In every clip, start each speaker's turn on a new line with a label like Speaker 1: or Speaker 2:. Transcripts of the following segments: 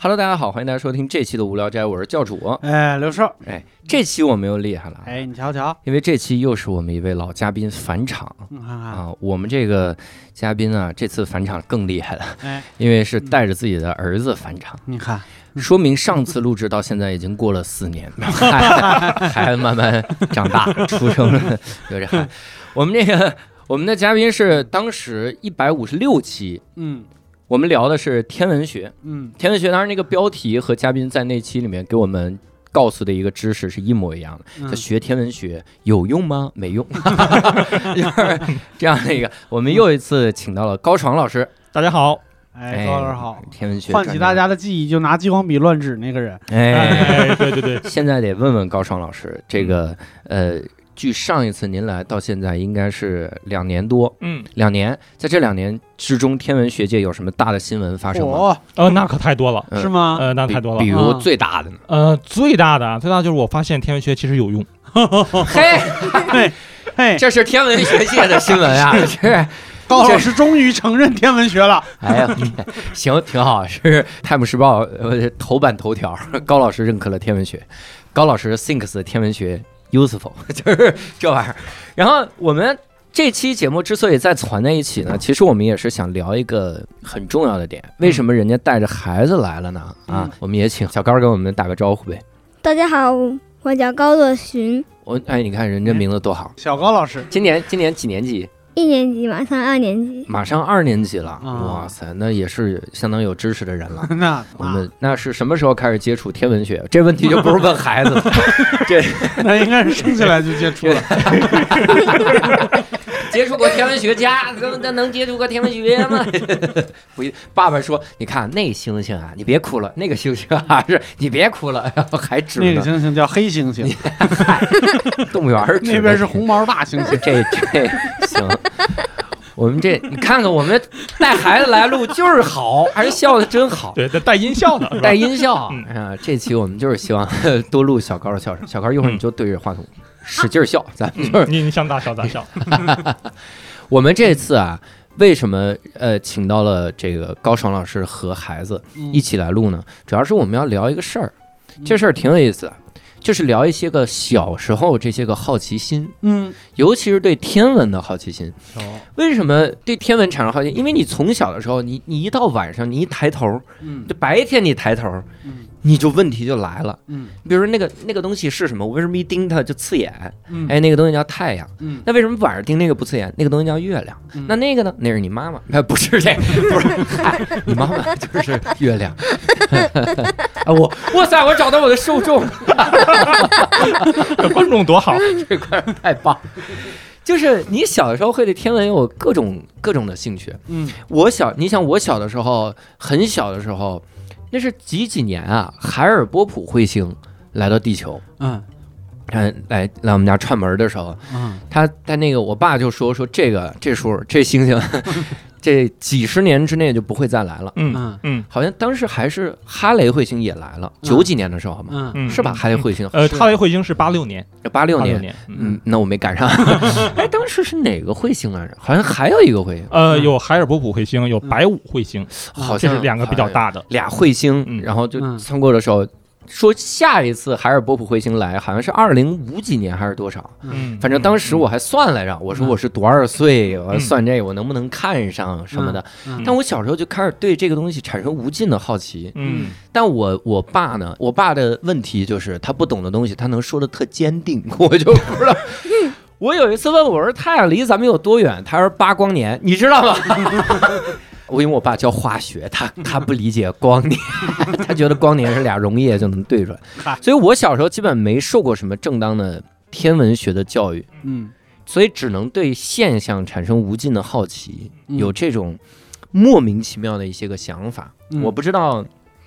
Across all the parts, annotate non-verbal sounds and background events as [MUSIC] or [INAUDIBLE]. Speaker 1: Hello，大家好，欢迎大家收听这期的无聊斋，我是教主。
Speaker 2: 哎，刘寿，
Speaker 1: 哎，这期我们又厉害了，啊
Speaker 2: 哎，你瞧瞧，
Speaker 1: 因为这期又是我们一位老嘉宾返场
Speaker 2: 你看看，
Speaker 1: 啊。我们这个嘉宾啊，这次返场更厉害了，
Speaker 2: 哎，
Speaker 1: 因为是带着自己的儿子返场，
Speaker 2: 你看，
Speaker 1: 说明上次录制到现在已经过了四 [LAUGHS] 年，孩子慢慢长大，出生了，有这孩子。我们这个我们的嘉宾是当时一百五十六期，
Speaker 2: 嗯
Speaker 1: 我们聊的是天文学，
Speaker 2: 嗯，
Speaker 1: 天文学当然那个标题和嘉宾在那期里面给我们告诉的一个知识是一模一样的。
Speaker 2: 嗯
Speaker 1: 他学天文学有用吗？没
Speaker 2: [LAUGHS]
Speaker 1: 用，就是这样的一个。我们又一次请到了高爽老师，
Speaker 3: 大家好，
Speaker 2: 哎，高老师好，
Speaker 1: 天文学
Speaker 2: 唤起大家的记忆，就拿激光笔乱指那个人，
Speaker 1: 专家。哎，
Speaker 3: 哎，对对对，
Speaker 1: 现在得问问高爽老师，这个
Speaker 2: 嗯
Speaker 1: 呃，距上一次您来到现在应该是两年多，
Speaker 3: [LAUGHS] 嗯，
Speaker 1: 两年，在这两年之中，天文学界有什么大的新闻发生吗？
Speaker 2: 哦，
Speaker 3: 呃，那可太多了，
Speaker 1: 嗯
Speaker 2: 是吗？
Speaker 3: 呃，那太多了
Speaker 1: 比，比如
Speaker 2: 啊
Speaker 1: 最大的呢？
Speaker 3: 呃，最大的啊，最大就是我发现天文学其实有用，
Speaker 1: 嘿，
Speaker 2: 嘿，
Speaker 1: 嗯这是天文学界的新闻啊，
Speaker 2: [LAUGHS]
Speaker 1: 是。
Speaker 2: 高老师终于承认天文学了，
Speaker 1: 哎呀，
Speaker 2: 嗯
Speaker 1: [LAUGHS] 行，挺好，是《泰晤士报》呃头版头条，高老师认可了天文学，高老师 thinks 天文学 useful，就是 [LAUGHS] 这玩意儿。然后我们这期节目之所以再攒在一起呢，其实我们也是想聊一个很重要的点，为什么人家带着孩子来了呢？啊
Speaker 2: 嗯，
Speaker 1: 我们也请小高给我们打个招呼呗。
Speaker 4: 大家好，我叫高若寻，
Speaker 1: 我哎，你看人家名字多好，
Speaker 2: 小高老师， [LAUGHS]
Speaker 1: 今年今年几年级？
Speaker 4: 一年级马上二年级。
Speaker 1: 马上二年级了，
Speaker 2: 啊
Speaker 1: 哇塞，那也是相当有知识的人了。
Speaker 2: 那
Speaker 1: 我们那是什么时候开始接触天文学？ [LAUGHS] 这问题就不是问孩子了，
Speaker 2: 那应该是生下来就接触了，
Speaker 1: [LAUGHS] 接触过天文学家，那那能接触过天文学吗？ [LAUGHS] 不一，爸爸说，你看那星星啊，你别哭了，那个星星啊，是你别哭了， [LAUGHS] 然后还指
Speaker 2: 那个
Speaker 1: 呢，
Speaker 2: 猩猩叫黑猩猩，
Speaker 1: 动物园儿指的
Speaker 2: 那边是红毛大猩猩，
Speaker 1: 这这行，我们这你看看，我们带孩子来录就是好，还笑的真好。
Speaker 3: 对，带带音效的，是吧
Speaker 1: 带？音效啊
Speaker 3: 嗯、
Speaker 1: 这期我们就是希望 [LAUGHS] 多录小高的笑声。小高，一会儿你就对着话筒
Speaker 2: 嗯
Speaker 1: 使劲儿笑，咱们就是
Speaker 3: 你你想咋笑咋笑，
Speaker 1: 我们这次啊，为什么呃请到了这个高爽老师和孩子
Speaker 2: 嗯
Speaker 1: 一起来录呢？主要是我们要聊一个事儿，这事
Speaker 2: 儿，
Speaker 1: 儿挺有意思的，就是聊一些个小时候这些个好奇心，
Speaker 2: 嗯，
Speaker 1: 尤其是对天文的好奇心。
Speaker 3: 哦
Speaker 1: 为什么对天文产生好奇？因为你从小的时候，你你一到晚上，你一抬头，
Speaker 2: 嗯
Speaker 1: 就白天你抬头，
Speaker 2: 嗯
Speaker 1: 你就问题就来了。
Speaker 2: 嗯
Speaker 1: 比如说那个那个东西是什么？我为什么一盯它就刺眼？
Speaker 2: 嗯，
Speaker 1: 哎，那个东西叫太阳。
Speaker 2: 嗯，
Speaker 1: 那为什么晚上盯那个不刺眼？那个东西叫月亮。
Speaker 2: 嗯
Speaker 1: 那那个呢？那是你妈妈？哎， [LAUGHS] 不是这，不是，嗨，你妈妈就是月 [LAUGHS] 亮。啊，我哇塞，我找到我的受众，
Speaker 3: 这 [LAUGHS] 观众
Speaker 1: [LAUGHS]
Speaker 3: 多好，
Speaker 1: 这块儿太棒。就是你小的时候会对天文有各种各种的兴趣。
Speaker 2: 嗯，
Speaker 1: 我小，你想我小的时候，很小的时候，那是几几年啊？海尔波普彗星来到地球，
Speaker 2: 嗯
Speaker 1: 看来来我们家串门的时候，
Speaker 2: 嗯
Speaker 1: 他他那个我爸就说说这个这叔这星星， [LAUGHS] 这几十年之内就不会再来了。
Speaker 3: 嗯
Speaker 2: 嗯
Speaker 3: 嗯
Speaker 1: 好像当时还是哈雷彗星也来了，
Speaker 2: 嗯
Speaker 1: 九几年的时候嘛，
Speaker 2: 嗯
Speaker 3: 嗯，
Speaker 1: 是吧？哈雷彗星，
Speaker 3: 呃，哈雷彗星是八六年，
Speaker 1: 八六
Speaker 3: 八六
Speaker 1: 年，
Speaker 3: 年，嗯。
Speaker 1: 嗯，那我没赶
Speaker 3: [LAUGHS]
Speaker 1: 上。哎，当时是哪个彗星来着？好像还有一个彗星，
Speaker 3: 呃，
Speaker 2: 嗯
Speaker 3: 有海尔伯普彗星，有白虎彗星，
Speaker 1: 嗯好
Speaker 3: 这
Speaker 1: 像
Speaker 3: 是两个比较大的。
Speaker 1: 俩彗星，
Speaker 3: 嗯
Speaker 1: 然后就
Speaker 2: 嗯
Speaker 1: 通过的时候。说下一次海尔波普彗星来，好像是二零五几年还是多少？
Speaker 3: 嗯，
Speaker 1: 反正当时我还算来着，我
Speaker 2: 嗯
Speaker 1: 说我是多少岁，我还
Speaker 3: 嗯
Speaker 1: 算这个我能不能看上什么的。
Speaker 2: 嗯
Speaker 1: 但我小时候就开始对这个东西产生无尽的好奇。
Speaker 3: 嗯，
Speaker 1: 但我我爸呢，我爸的问题就是他不懂的东西，他能说的特坚定， [LAUGHS] 我就不知道。
Speaker 2: 嗯
Speaker 1: [LAUGHS] 我有一次问我说太阳离咱们有多远，他说八光年，你知道吗？ [LAUGHS] 我因为我爸教化学，他他不理解光年， [LAUGHS] 他觉得光年是俩溶液就能对出来
Speaker 2: 嗨，
Speaker 1: 所以我小时候基本没受过什么正当的天文学的教育，
Speaker 2: 嗯
Speaker 1: 所以只能对现象产生无尽的好奇，
Speaker 2: 嗯
Speaker 1: 有这种莫名其妙的一些个想法。
Speaker 2: 嗯
Speaker 1: 我不知道，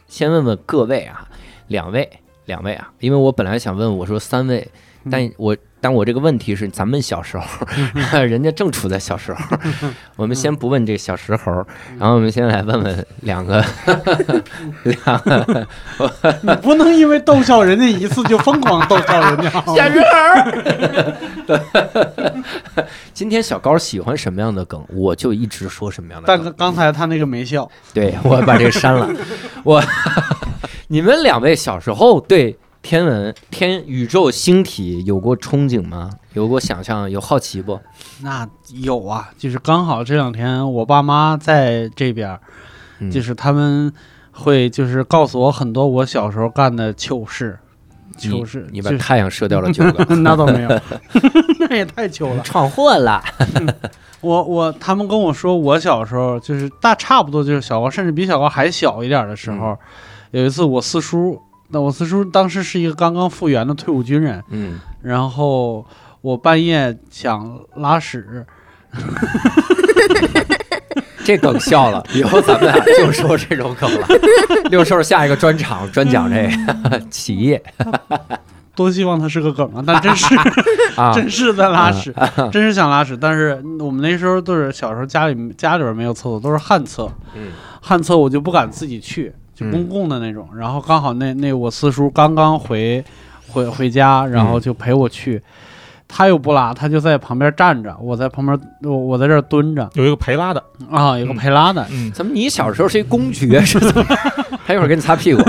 Speaker 1: 先问问各位啊，两位，两位啊，因为我本来想问我说三位，
Speaker 2: 嗯
Speaker 1: 但我但我这个问题是咱们小时
Speaker 2: [LAUGHS]
Speaker 1: 候，人家正处在小时候。我们先不问这小时候，
Speaker 2: 嗯
Speaker 1: 然后我们先来问问两
Speaker 2: [LAUGHS]
Speaker 1: 个两个
Speaker 2: 你不能因为逗笑人家一次就疯狂逗笑人家。
Speaker 1: [LAUGHS] 小人儿。今天小高喜欢什么样的梗，我就一直说什么样的
Speaker 2: 但
Speaker 1: 梗。
Speaker 2: 是刚才他那个没笑，
Speaker 1: 对我把这个 [LAUGHS] 删了。我你们两位小时候对天文、天宇宙、星体有过憧憬吗？有过想象？有好奇不？
Speaker 2: 那有啊，就是刚好这两天我爸妈在这边儿，
Speaker 1: 嗯
Speaker 2: 就是他们会就是告诉我很多我小时候干的糗事，糗事
Speaker 1: 你你把
Speaker 2: 就是
Speaker 1: 太阳射掉了九个，
Speaker 2: [LAUGHS] 那倒没有，那也太糗了。
Speaker 1: [LAUGHS] 闯祸了。
Speaker 2: 我我他们跟我说，我小时候就是大差不多就是小高，甚至比小高还小一点的时候，
Speaker 1: 嗯
Speaker 2: 有一次我四叔，那我四叔当时是一个刚刚复员的退伍军人，
Speaker 1: 嗯，
Speaker 2: 然后我半夜想拉屎，
Speaker 1: 这梗笑 [LAUGHS] 了，以后咱们俩就说这种梗 [LAUGHS] 了。六兽下一个专场专讲这个 [LAUGHS] 企业
Speaker 2: 多希望他是个梗啊，但真 [LAUGHS] 是
Speaker 1: 啊，
Speaker 2: 真是在拉屎，真是想拉屎，但是我们那时候都是小时候家里家里边没有厕所，都是旱厕，
Speaker 1: 嗯
Speaker 2: 旱厕我就不敢自己去，就公共的那种。然后刚好那那我四叔刚刚回回回家，然后就陪我去，他又不拉，他就在旁边站着，我在旁边我我在这儿蹲着
Speaker 3: 有一个陪拉的，
Speaker 2: 啊，有个陪拉的，
Speaker 3: 嗯，
Speaker 1: 怎么你小时候是一公爵是 [LAUGHS] 怎么？他一会儿给你擦屁 [LAUGHS] 股。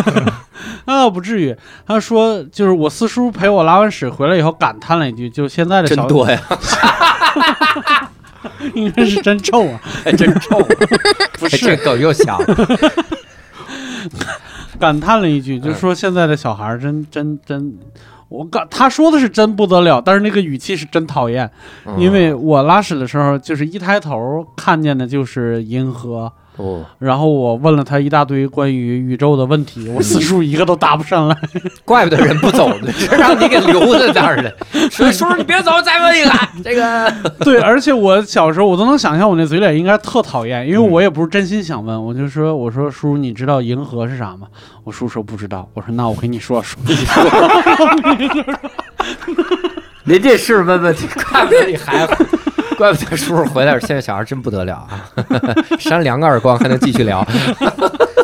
Speaker 2: 那、啊不至于。他说就是我四叔陪我拉完屎回来以后感叹了一句，就现在的
Speaker 1: 真
Speaker 2: 小
Speaker 1: 多呀，
Speaker 2: 应该是真臭啊，
Speaker 1: [LAUGHS] 真臭！不是哎这梗又响了，
Speaker 2: 感叹了一句，就说现在的小孩儿真真真。我感他说的是真不得了，但是那个语气是真讨厌。
Speaker 1: 嗯
Speaker 2: 因为我拉屎的时候，就是一抬头看见的就是银河，
Speaker 1: 哦，
Speaker 2: 然后我问了他一大堆关于宇宙的问 [LAUGHS] 题，我四叔一个都答不上来。
Speaker 1: 怪不得人不走 [LAUGHS] 呢，是让你给留在这儿了。 [LAUGHS] 说叔叔你别走，再问一 [LAUGHS] 个这个。
Speaker 2: [LAUGHS] 对，而且我小时候我都能想象我那嘴脸应该特讨厌，因为我也不是真心想问，我就说我说叔，你知道银河是啥吗？我叔说不知道。我说那我跟你说说，
Speaker 1: 您这是问问题，怪不得你孩 [LAUGHS] 子，怪不得叔叔回来，现在小孩真不得了啊！ [LAUGHS] 扇两个耳光还能继续聊，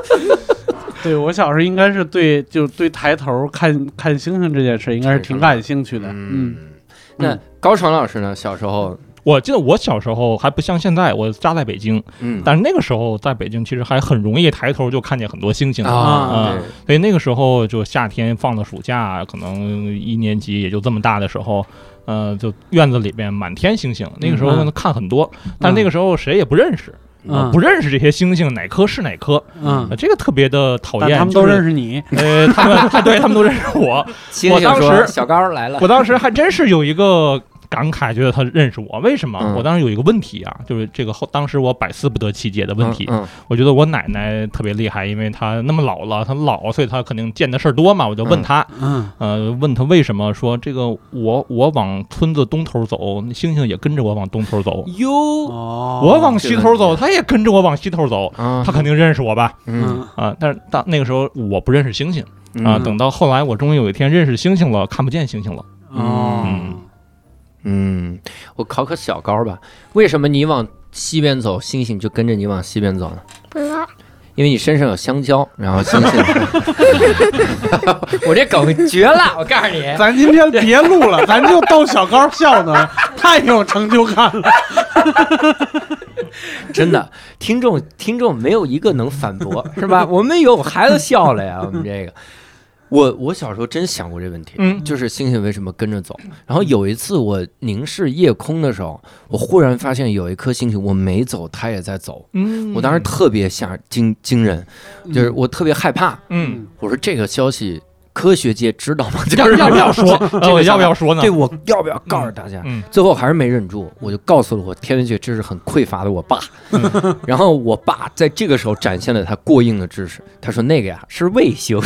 Speaker 2: [LAUGHS] 对我小时候应该是对就对抬头看看星星这件事应该是挺感兴趣的。嗯，
Speaker 1: 那高爽老师呢？小时候，
Speaker 3: 我记得我小时候还不像现在，我家在北京，
Speaker 1: 嗯
Speaker 3: 但是那个时候在北京其实还很容易抬头就看见很多星星
Speaker 1: 啊，对
Speaker 3: 所以那个时候就夏天放了暑假，可能一年级也就这么大的时候，呃，就院子里边满天星星。那个时候
Speaker 2: 嗯
Speaker 3: 看很多，但那个时候谁也不认识，呃
Speaker 2: 嗯
Speaker 3: 不认识这些星星哪颗是哪颗，
Speaker 2: 嗯
Speaker 3: 呃，这个特别的讨
Speaker 2: 但
Speaker 3: 厌。
Speaker 2: 他们都认
Speaker 3: 识，
Speaker 2: 识你。
Speaker 3: 呃，他们他对他们都认识我。
Speaker 1: 星
Speaker 3: 我
Speaker 1: 星
Speaker 3: 当时
Speaker 1: 说小高来了，
Speaker 3: 我当时还真是有一个感慨，觉得他认识我，为什么？
Speaker 1: 嗯
Speaker 3: 我当时有一个问题啊，就是这个后当时我百思不得其解的问题。
Speaker 1: 嗯
Speaker 3: 我觉得我奶奶特别厉害，因为她那么老了，她老，所以她肯定见的事儿多嘛。我就问
Speaker 1: 嗯
Speaker 3: 她，
Speaker 2: 嗯
Speaker 3: 呃，问他为什么说这个我我往村子东头走，那星星也跟着我往东头走，
Speaker 1: 嗯哟，
Speaker 2: 哦，
Speaker 3: 我往西头
Speaker 1: 这个
Speaker 3: 走，它也跟着我往西头走，
Speaker 1: 啊
Speaker 3: 它肯定认识我吧？
Speaker 1: 嗯
Speaker 2: 嗯
Speaker 3: 啊、但是到那个时候我不认识星星啊、
Speaker 1: 嗯
Speaker 3: 等到后来我终于有一天认识星星了，看不见星星了，
Speaker 2: 哦
Speaker 3: 嗯，
Speaker 1: 嗯，我考考小高吧，为什么你往西边走，星星就跟着你往西边走呢？
Speaker 4: 不知道，
Speaker 1: 因为你身上有香 [LAUGHS] 蕉，然后星星。我这梗绝了，我告诉你，
Speaker 2: 咱今天别录了，咱就逗小高笑呢，太有成就感了。
Speaker 1: 真的，听众听众没有一个能反驳， [LAUGHS] 是吧？我们有孩子笑了 [LAUGHS] 呀，我们这个。我我小时候真想过这问题，
Speaker 3: 嗯
Speaker 1: 就是星星为什么跟着走。然后有一次我凝视夜空的时候，我忽然发现有一颗星星，我没走，它也在走。
Speaker 3: 嗯
Speaker 1: 我当时特别吓惊惊人，就是我特别害怕，
Speaker 3: 嗯，
Speaker 1: 我说这个消息科学界知道吗？
Speaker 3: 要
Speaker 1: [LAUGHS] 就是
Speaker 3: 要不要说？
Speaker 1: 嗯这
Speaker 3: 呃，
Speaker 1: 个
Speaker 3: 我
Speaker 1: 想
Speaker 3: 要
Speaker 1: 法
Speaker 3: 不要说呢
Speaker 1: 对，？我要不要告诉大家？
Speaker 3: 嗯
Speaker 1: 最后还是没忍住，我就告诉了我天文学知识很匮乏的我爸。
Speaker 3: 嗯
Speaker 1: [LAUGHS] 然后我爸在这个时候展现了他过硬的知识，他说那个呀是卫星，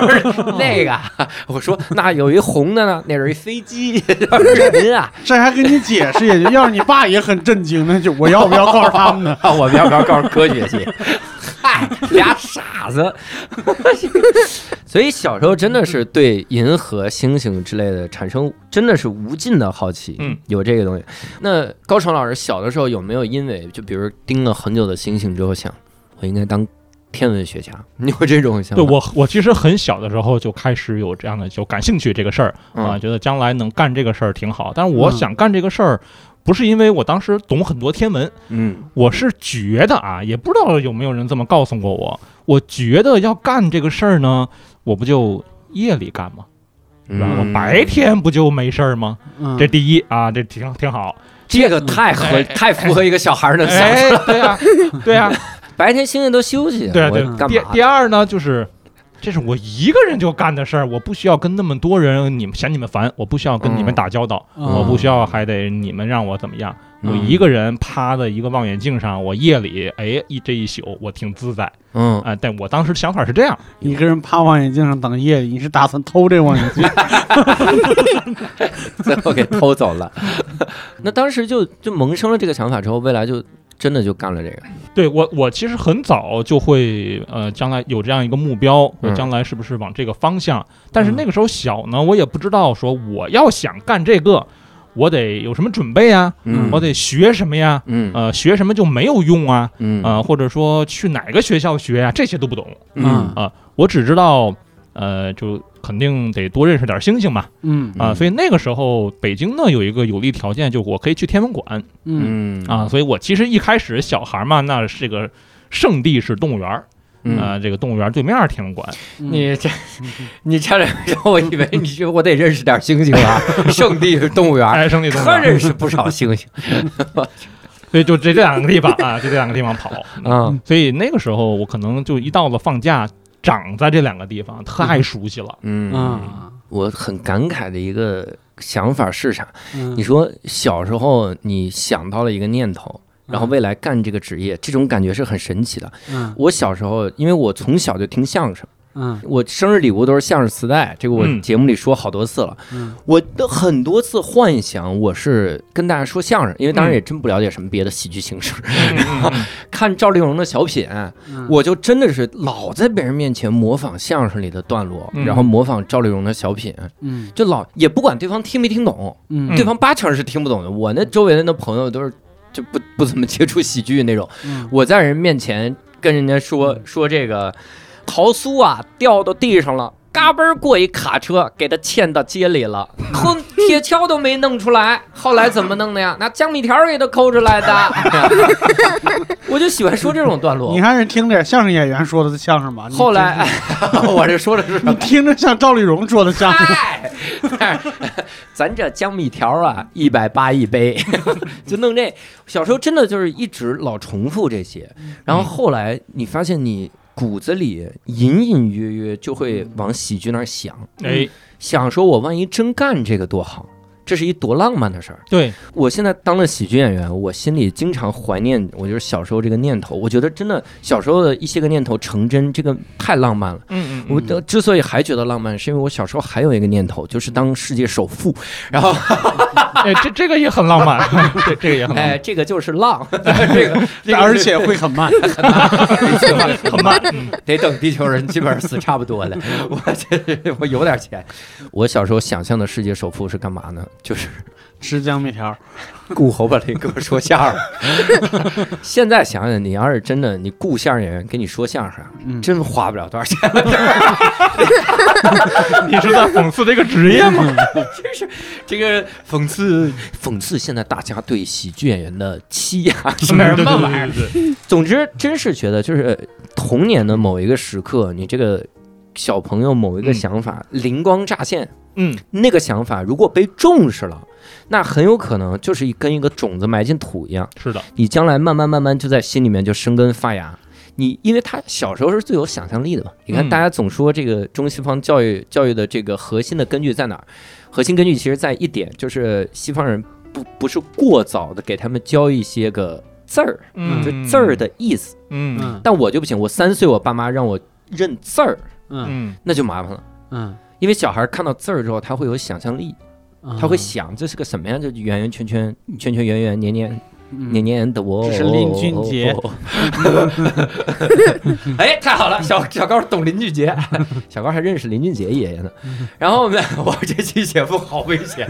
Speaker 1: [LAUGHS] 那个啊 [LAUGHS] 我说那有一红的呢，那是一飞机， [LAUGHS] 人啊，
Speaker 2: [LAUGHS] 这还跟你解释也就，要是你爸也很震惊，那就我要不要告诉他们呢？
Speaker 1: [LAUGHS] 我们要不要告诉科学界？嗨，俩傻子。所以小时候真的是对银河、星星之类的产生真的是无尽的好奇，
Speaker 3: 嗯，
Speaker 1: 有这个东西。那高成老师小的时候有没有因为就比如盯了很久的星星之后想，我应该当天文学家？ [LAUGHS] 你有这种想法？
Speaker 3: 对我，我其实很小的时候就开始有这样的，就感兴趣这个事儿
Speaker 1: 嗯
Speaker 3: 啊，觉得将来能干这个事儿挺好。但是我
Speaker 2: 嗯
Speaker 3: 想干这个事儿，不是因为我当时懂很多天文，
Speaker 1: 嗯
Speaker 3: 我是觉得啊，也不知道有没有人这么告诉过我，我觉得要干这个事儿呢，我不就夜里干吗？是吧？我
Speaker 1: 嗯
Speaker 3: 白天不就没事儿吗？
Speaker 2: [LAUGHS] 嗯，
Speaker 3: 这第一啊，这挺
Speaker 1: [LAUGHS]
Speaker 3: 挺好。
Speaker 1: 这个太合
Speaker 3: 哎
Speaker 1: 太符合一个小孩儿能想
Speaker 3: 哎，对呀、
Speaker 1: [LAUGHS]
Speaker 3: 对呀、
Speaker 1: 白天星星都休息，
Speaker 3: 对啊
Speaker 1: 我
Speaker 3: 对
Speaker 1: 干
Speaker 3: 第
Speaker 1: 嘛？
Speaker 3: 第二呢，就是这是我一个人就干的事儿，我不需要跟那么多人，你们嫌你们烦，我不需要跟你们
Speaker 1: 嗯
Speaker 3: 打交道，
Speaker 2: 嗯
Speaker 3: 我不需要还得你们让我怎么样，我
Speaker 1: 嗯
Speaker 3: 一个人趴在一个望远镜上，我夜里哎一这一宿我挺自在
Speaker 1: 嗯
Speaker 3: 啊、，但我当时想法是这样，
Speaker 2: 一个人趴望远镜上等夜里，你是打算偷这望远 [LAUGHS] 镜？
Speaker 1: [LAUGHS] 最后给偷走了。 [LAUGHS] 那当时就就萌生了这个想法之后，未来就真的就干了这个。
Speaker 3: 对我我其实很早就会呃将来有这样一个目标，我
Speaker 1: 嗯
Speaker 3: 将来是不是往这个方向？但是
Speaker 2: 嗯
Speaker 3: 那个时候小呢，我也不知道说我要想干这个，我得有什么准备啊，
Speaker 2: 嗯
Speaker 3: 我得学什么呀。
Speaker 1: 嗯
Speaker 3: 呃，学什么就没有用啊，
Speaker 1: 嗯
Speaker 3: 呃，或者说去哪个学校学啊，这些都不懂。啊
Speaker 1: 嗯
Speaker 3: 我只知道，呃，就肯定得多认识点星星嘛，
Speaker 2: 嗯
Speaker 3: 啊、
Speaker 1: 嗯
Speaker 3: 所以那个时候北京呢有一个有利条件，就我可以去天文馆
Speaker 2: 嗯
Speaker 1: 嗯
Speaker 3: 啊、所以我其实一开始小孩嘛，那这个圣地是动物园儿，啊、
Speaker 1: 嗯，
Speaker 3: 这个动物园儿对面儿天文馆，
Speaker 2: 嗯，
Speaker 1: 你这你差点让我以为你是我得认识点星星 [LAUGHS] 啊，圣地是动物园。
Speaker 3: 哎，圣地动物园
Speaker 1: 他
Speaker 3: 儿，
Speaker 1: 认识不少星星
Speaker 3: 所以就这这两个地方啊，就这两个地方跑。嗯
Speaker 1: 啊，
Speaker 3: 所以那个时候我可能就一到了放假，长在这两个地方，太熟悉了。
Speaker 1: 嗯，
Speaker 2: 啊，
Speaker 1: 我很感慨的一个想法是啥？
Speaker 2: 嗯
Speaker 1: 你说小时候你想到了一个念头，然后未来干这个职业，这种感觉是很神奇的。
Speaker 2: 嗯
Speaker 1: 我小时候，因为我从小就听相声。
Speaker 2: 嗯
Speaker 1: 我生日礼物都是相声磁带，这个我
Speaker 3: 嗯
Speaker 1: 节目里说好多次了。
Speaker 2: 嗯
Speaker 1: 我的很多次幻想我是跟大家说相声，因为当
Speaker 3: 嗯
Speaker 1: 然也真不了解什么别的喜剧形式。 [LAUGHS] 看赵丽蓉的小品，
Speaker 2: 嗯，
Speaker 1: 我就真的是老在别人面前模仿相声里的段落，
Speaker 3: 嗯
Speaker 1: 然后模仿赵丽蓉的小品，
Speaker 2: 嗯
Speaker 1: 就老也不管对方听没听懂，
Speaker 2: 嗯
Speaker 1: 对方八成是听不懂的。我那周围的那朋友都是就不不怎么接触喜剧那种。
Speaker 2: 嗯
Speaker 1: 我在人面前跟人家说说这个桃酥啊掉到地上了，嘎嘣儿过一卡车给它嵌到街里了，哼，铁锹都没弄出来，后来怎么弄的呀？拿江米条儿给它抠出来的。我就喜欢说这种段落
Speaker 2: 你。还是听点相声演员说的相声吧。你
Speaker 1: 后来， [LAUGHS] 我这说的是什
Speaker 3: 哎
Speaker 2: 你
Speaker 1: 么？
Speaker 2: 听着像赵丽蓉说
Speaker 1: [LAUGHS]
Speaker 2: 的相
Speaker 3: [LAUGHS]
Speaker 2: 声，
Speaker 1: 嗨，咱这江米条儿啊，一百八一杯， [LAUGHS] 就弄这。小时候真的就是一直老重复这些，然后后来你发现你骨子里隐隐约约就会往喜剧那儿想，
Speaker 3: 哎，
Speaker 1: 想说我万一真干这个多好。这是一多浪漫的事儿！
Speaker 3: 对，
Speaker 1: 我现在当了喜剧演员，我心里经常怀念，我就是小时候这个念头。我觉得真的小时候的一些个念头成真，这个太浪漫了。
Speaker 3: 嗯
Speaker 1: 我的之所以还觉得浪漫，是因为我小时候还有一个念头，就是当世界首富。然 [LAUGHS] 后，
Speaker 3: 哎，这这个也很
Speaker 1: [LAUGHS]
Speaker 3: 浪漫，这这个也很浪
Speaker 1: 哎，
Speaker 3: 漫，
Speaker 1: 这个就是 [LAUGHS] 浪，这个
Speaker 2: 而且会很
Speaker 3: [LAUGHS]
Speaker 2: 慢。
Speaker 1: [LAUGHS]
Speaker 3: 很慢。嗯
Speaker 1: 得等地球人基本上死差不 [LAUGHS] 多了。我这我有点钱。我小时候想象的世界首富是干嘛呢？就是
Speaker 2: 吃江米条，
Speaker 1: 雇侯宝林给我说相声。 [LAUGHS] 现在想想，你要是真的你雇相声演员给你说相声啊，
Speaker 2: 嗯
Speaker 1: 真花不了多少钱。
Speaker 3: 你是在讽刺这个职业吗？
Speaker 1: [LAUGHS] 这个讽刺讽刺现在大家对喜剧演员的欺压 [LAUGHS] 什
Speaker 3: 对
Speaker 1: 么
Speaker 3: 对对
Speaker 1: 玩意儿？
Speaker 3: 对对
Speaker 1: 总之，真是觉得就是童年的某一个时刻，你这个小朋友某一个想法、灵光乍现，
Speaker 3: 嗯，
Speaker 1: 那个想法如果被重视了，那很有可能就是跟一个种子埋进土一样，
Speaker 3: 是的，
Speaker 1: 你将来慢慢慢慢就在心里面就生根发芽。你因为他小时候是最有想象力的嘛，你看
Speaker 3: 嗯
Speaker 1: 大家总说这个中西方教育教育的这个核心的根据在哪儿？核心根据其实在一点，就是西方人不不是过早的给他们教一些个字儿，嗯就字儿，的意思。
Speaker 3: 嗯
Speaker 1: 但我就不行，我三岁，我爸妈让我认字儿，
Speaker 2: 嗯
Speaker 3: 嗯
Speaker 1: 那就麻烦了。
Speaker 2: 嗯，
Speaker 1: 因为小孩看到字儿之后，他会有想象力，
Speaker 2: 嗯
Speaker 1: 他会想这是个什么呀？就圆圆圈圈、圈圈圆圆、年年年
Speaker 2: 嗯
Speaker 1: 年的我，
Speaker 2: 这是林俊杰。 [LAUGHS]
Speaker 1: 哎，太好了，小小高懂林俊
Speaker 2: [LAUGHS]
Speaker 1: 杰，小高还认识林俊杰爷爷呢。然后我们，我这期节目好危
Speaker 2: [LAUGHS]
Speaker 1: 险。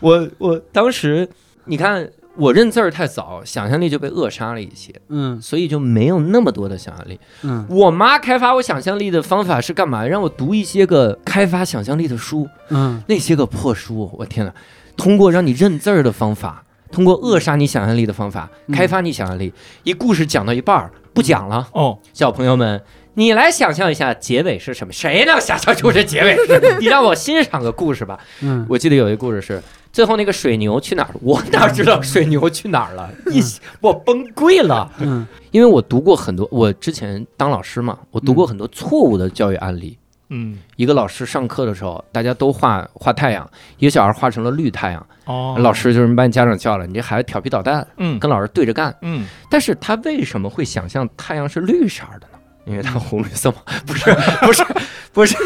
Speaker 1: 我我当时，你看我认字儿太早，想象力就被扼杀了一些，
Speaker 2: 嗯
Speaker 1: 所以就没有那么多的想象力。
Speaker 2: 嗯
Speaker 1: 我妈开发我想象力的方法是干嘛？让我读一些个开发想象力的书。
Speaker 2: 嗯
Speaker 1: 那些个破书，我天哪！通过让你认字儿的方法，通过扼杀你想象力的方法，
Speaker 2: 嗯
Speaker 1: 开发你想象力。一故事讲到一半儿不讲了，
Speaker 3: 哦，
Speaker 1: 小朋友们，嗯你来想象一下结尾是什么？谁能想象出这结尾是什么？你让我欣赏个故事吧。[LAUGHS]
Speaker 2: 嗯，
Speaker 1: 我记得有一个故事是，最后那个水牛去哪儿了？我哪知道水牛去哪 [LAUGHS] 儿了？一我崩溃了。
Speaker 2: 嗯
Speaker 1: 因为我读过很多，我之前当老师嘛，我读过
Speaker 2: 嗯
Speaker 1: 很多错误的教育案例。
Speaker 3: 嗯，
Speaker 1: 一个老师上课的时候，大家都画画太阳，一个小孩画成了绿太阳，
Speaker 3: 哦，
Speaker 1: 老，师就是把你家长叫了，你这孩子调皮捣蛋，
Speaker 3: 嗯
Speaker 1: 跟老师对着干。
Speaker 3: 嗯，
Speaker 1: 但是他为什么会想象太阳是绿色儿的呢？因为他红绿色嘛， [LAUGHS] 不是不是不是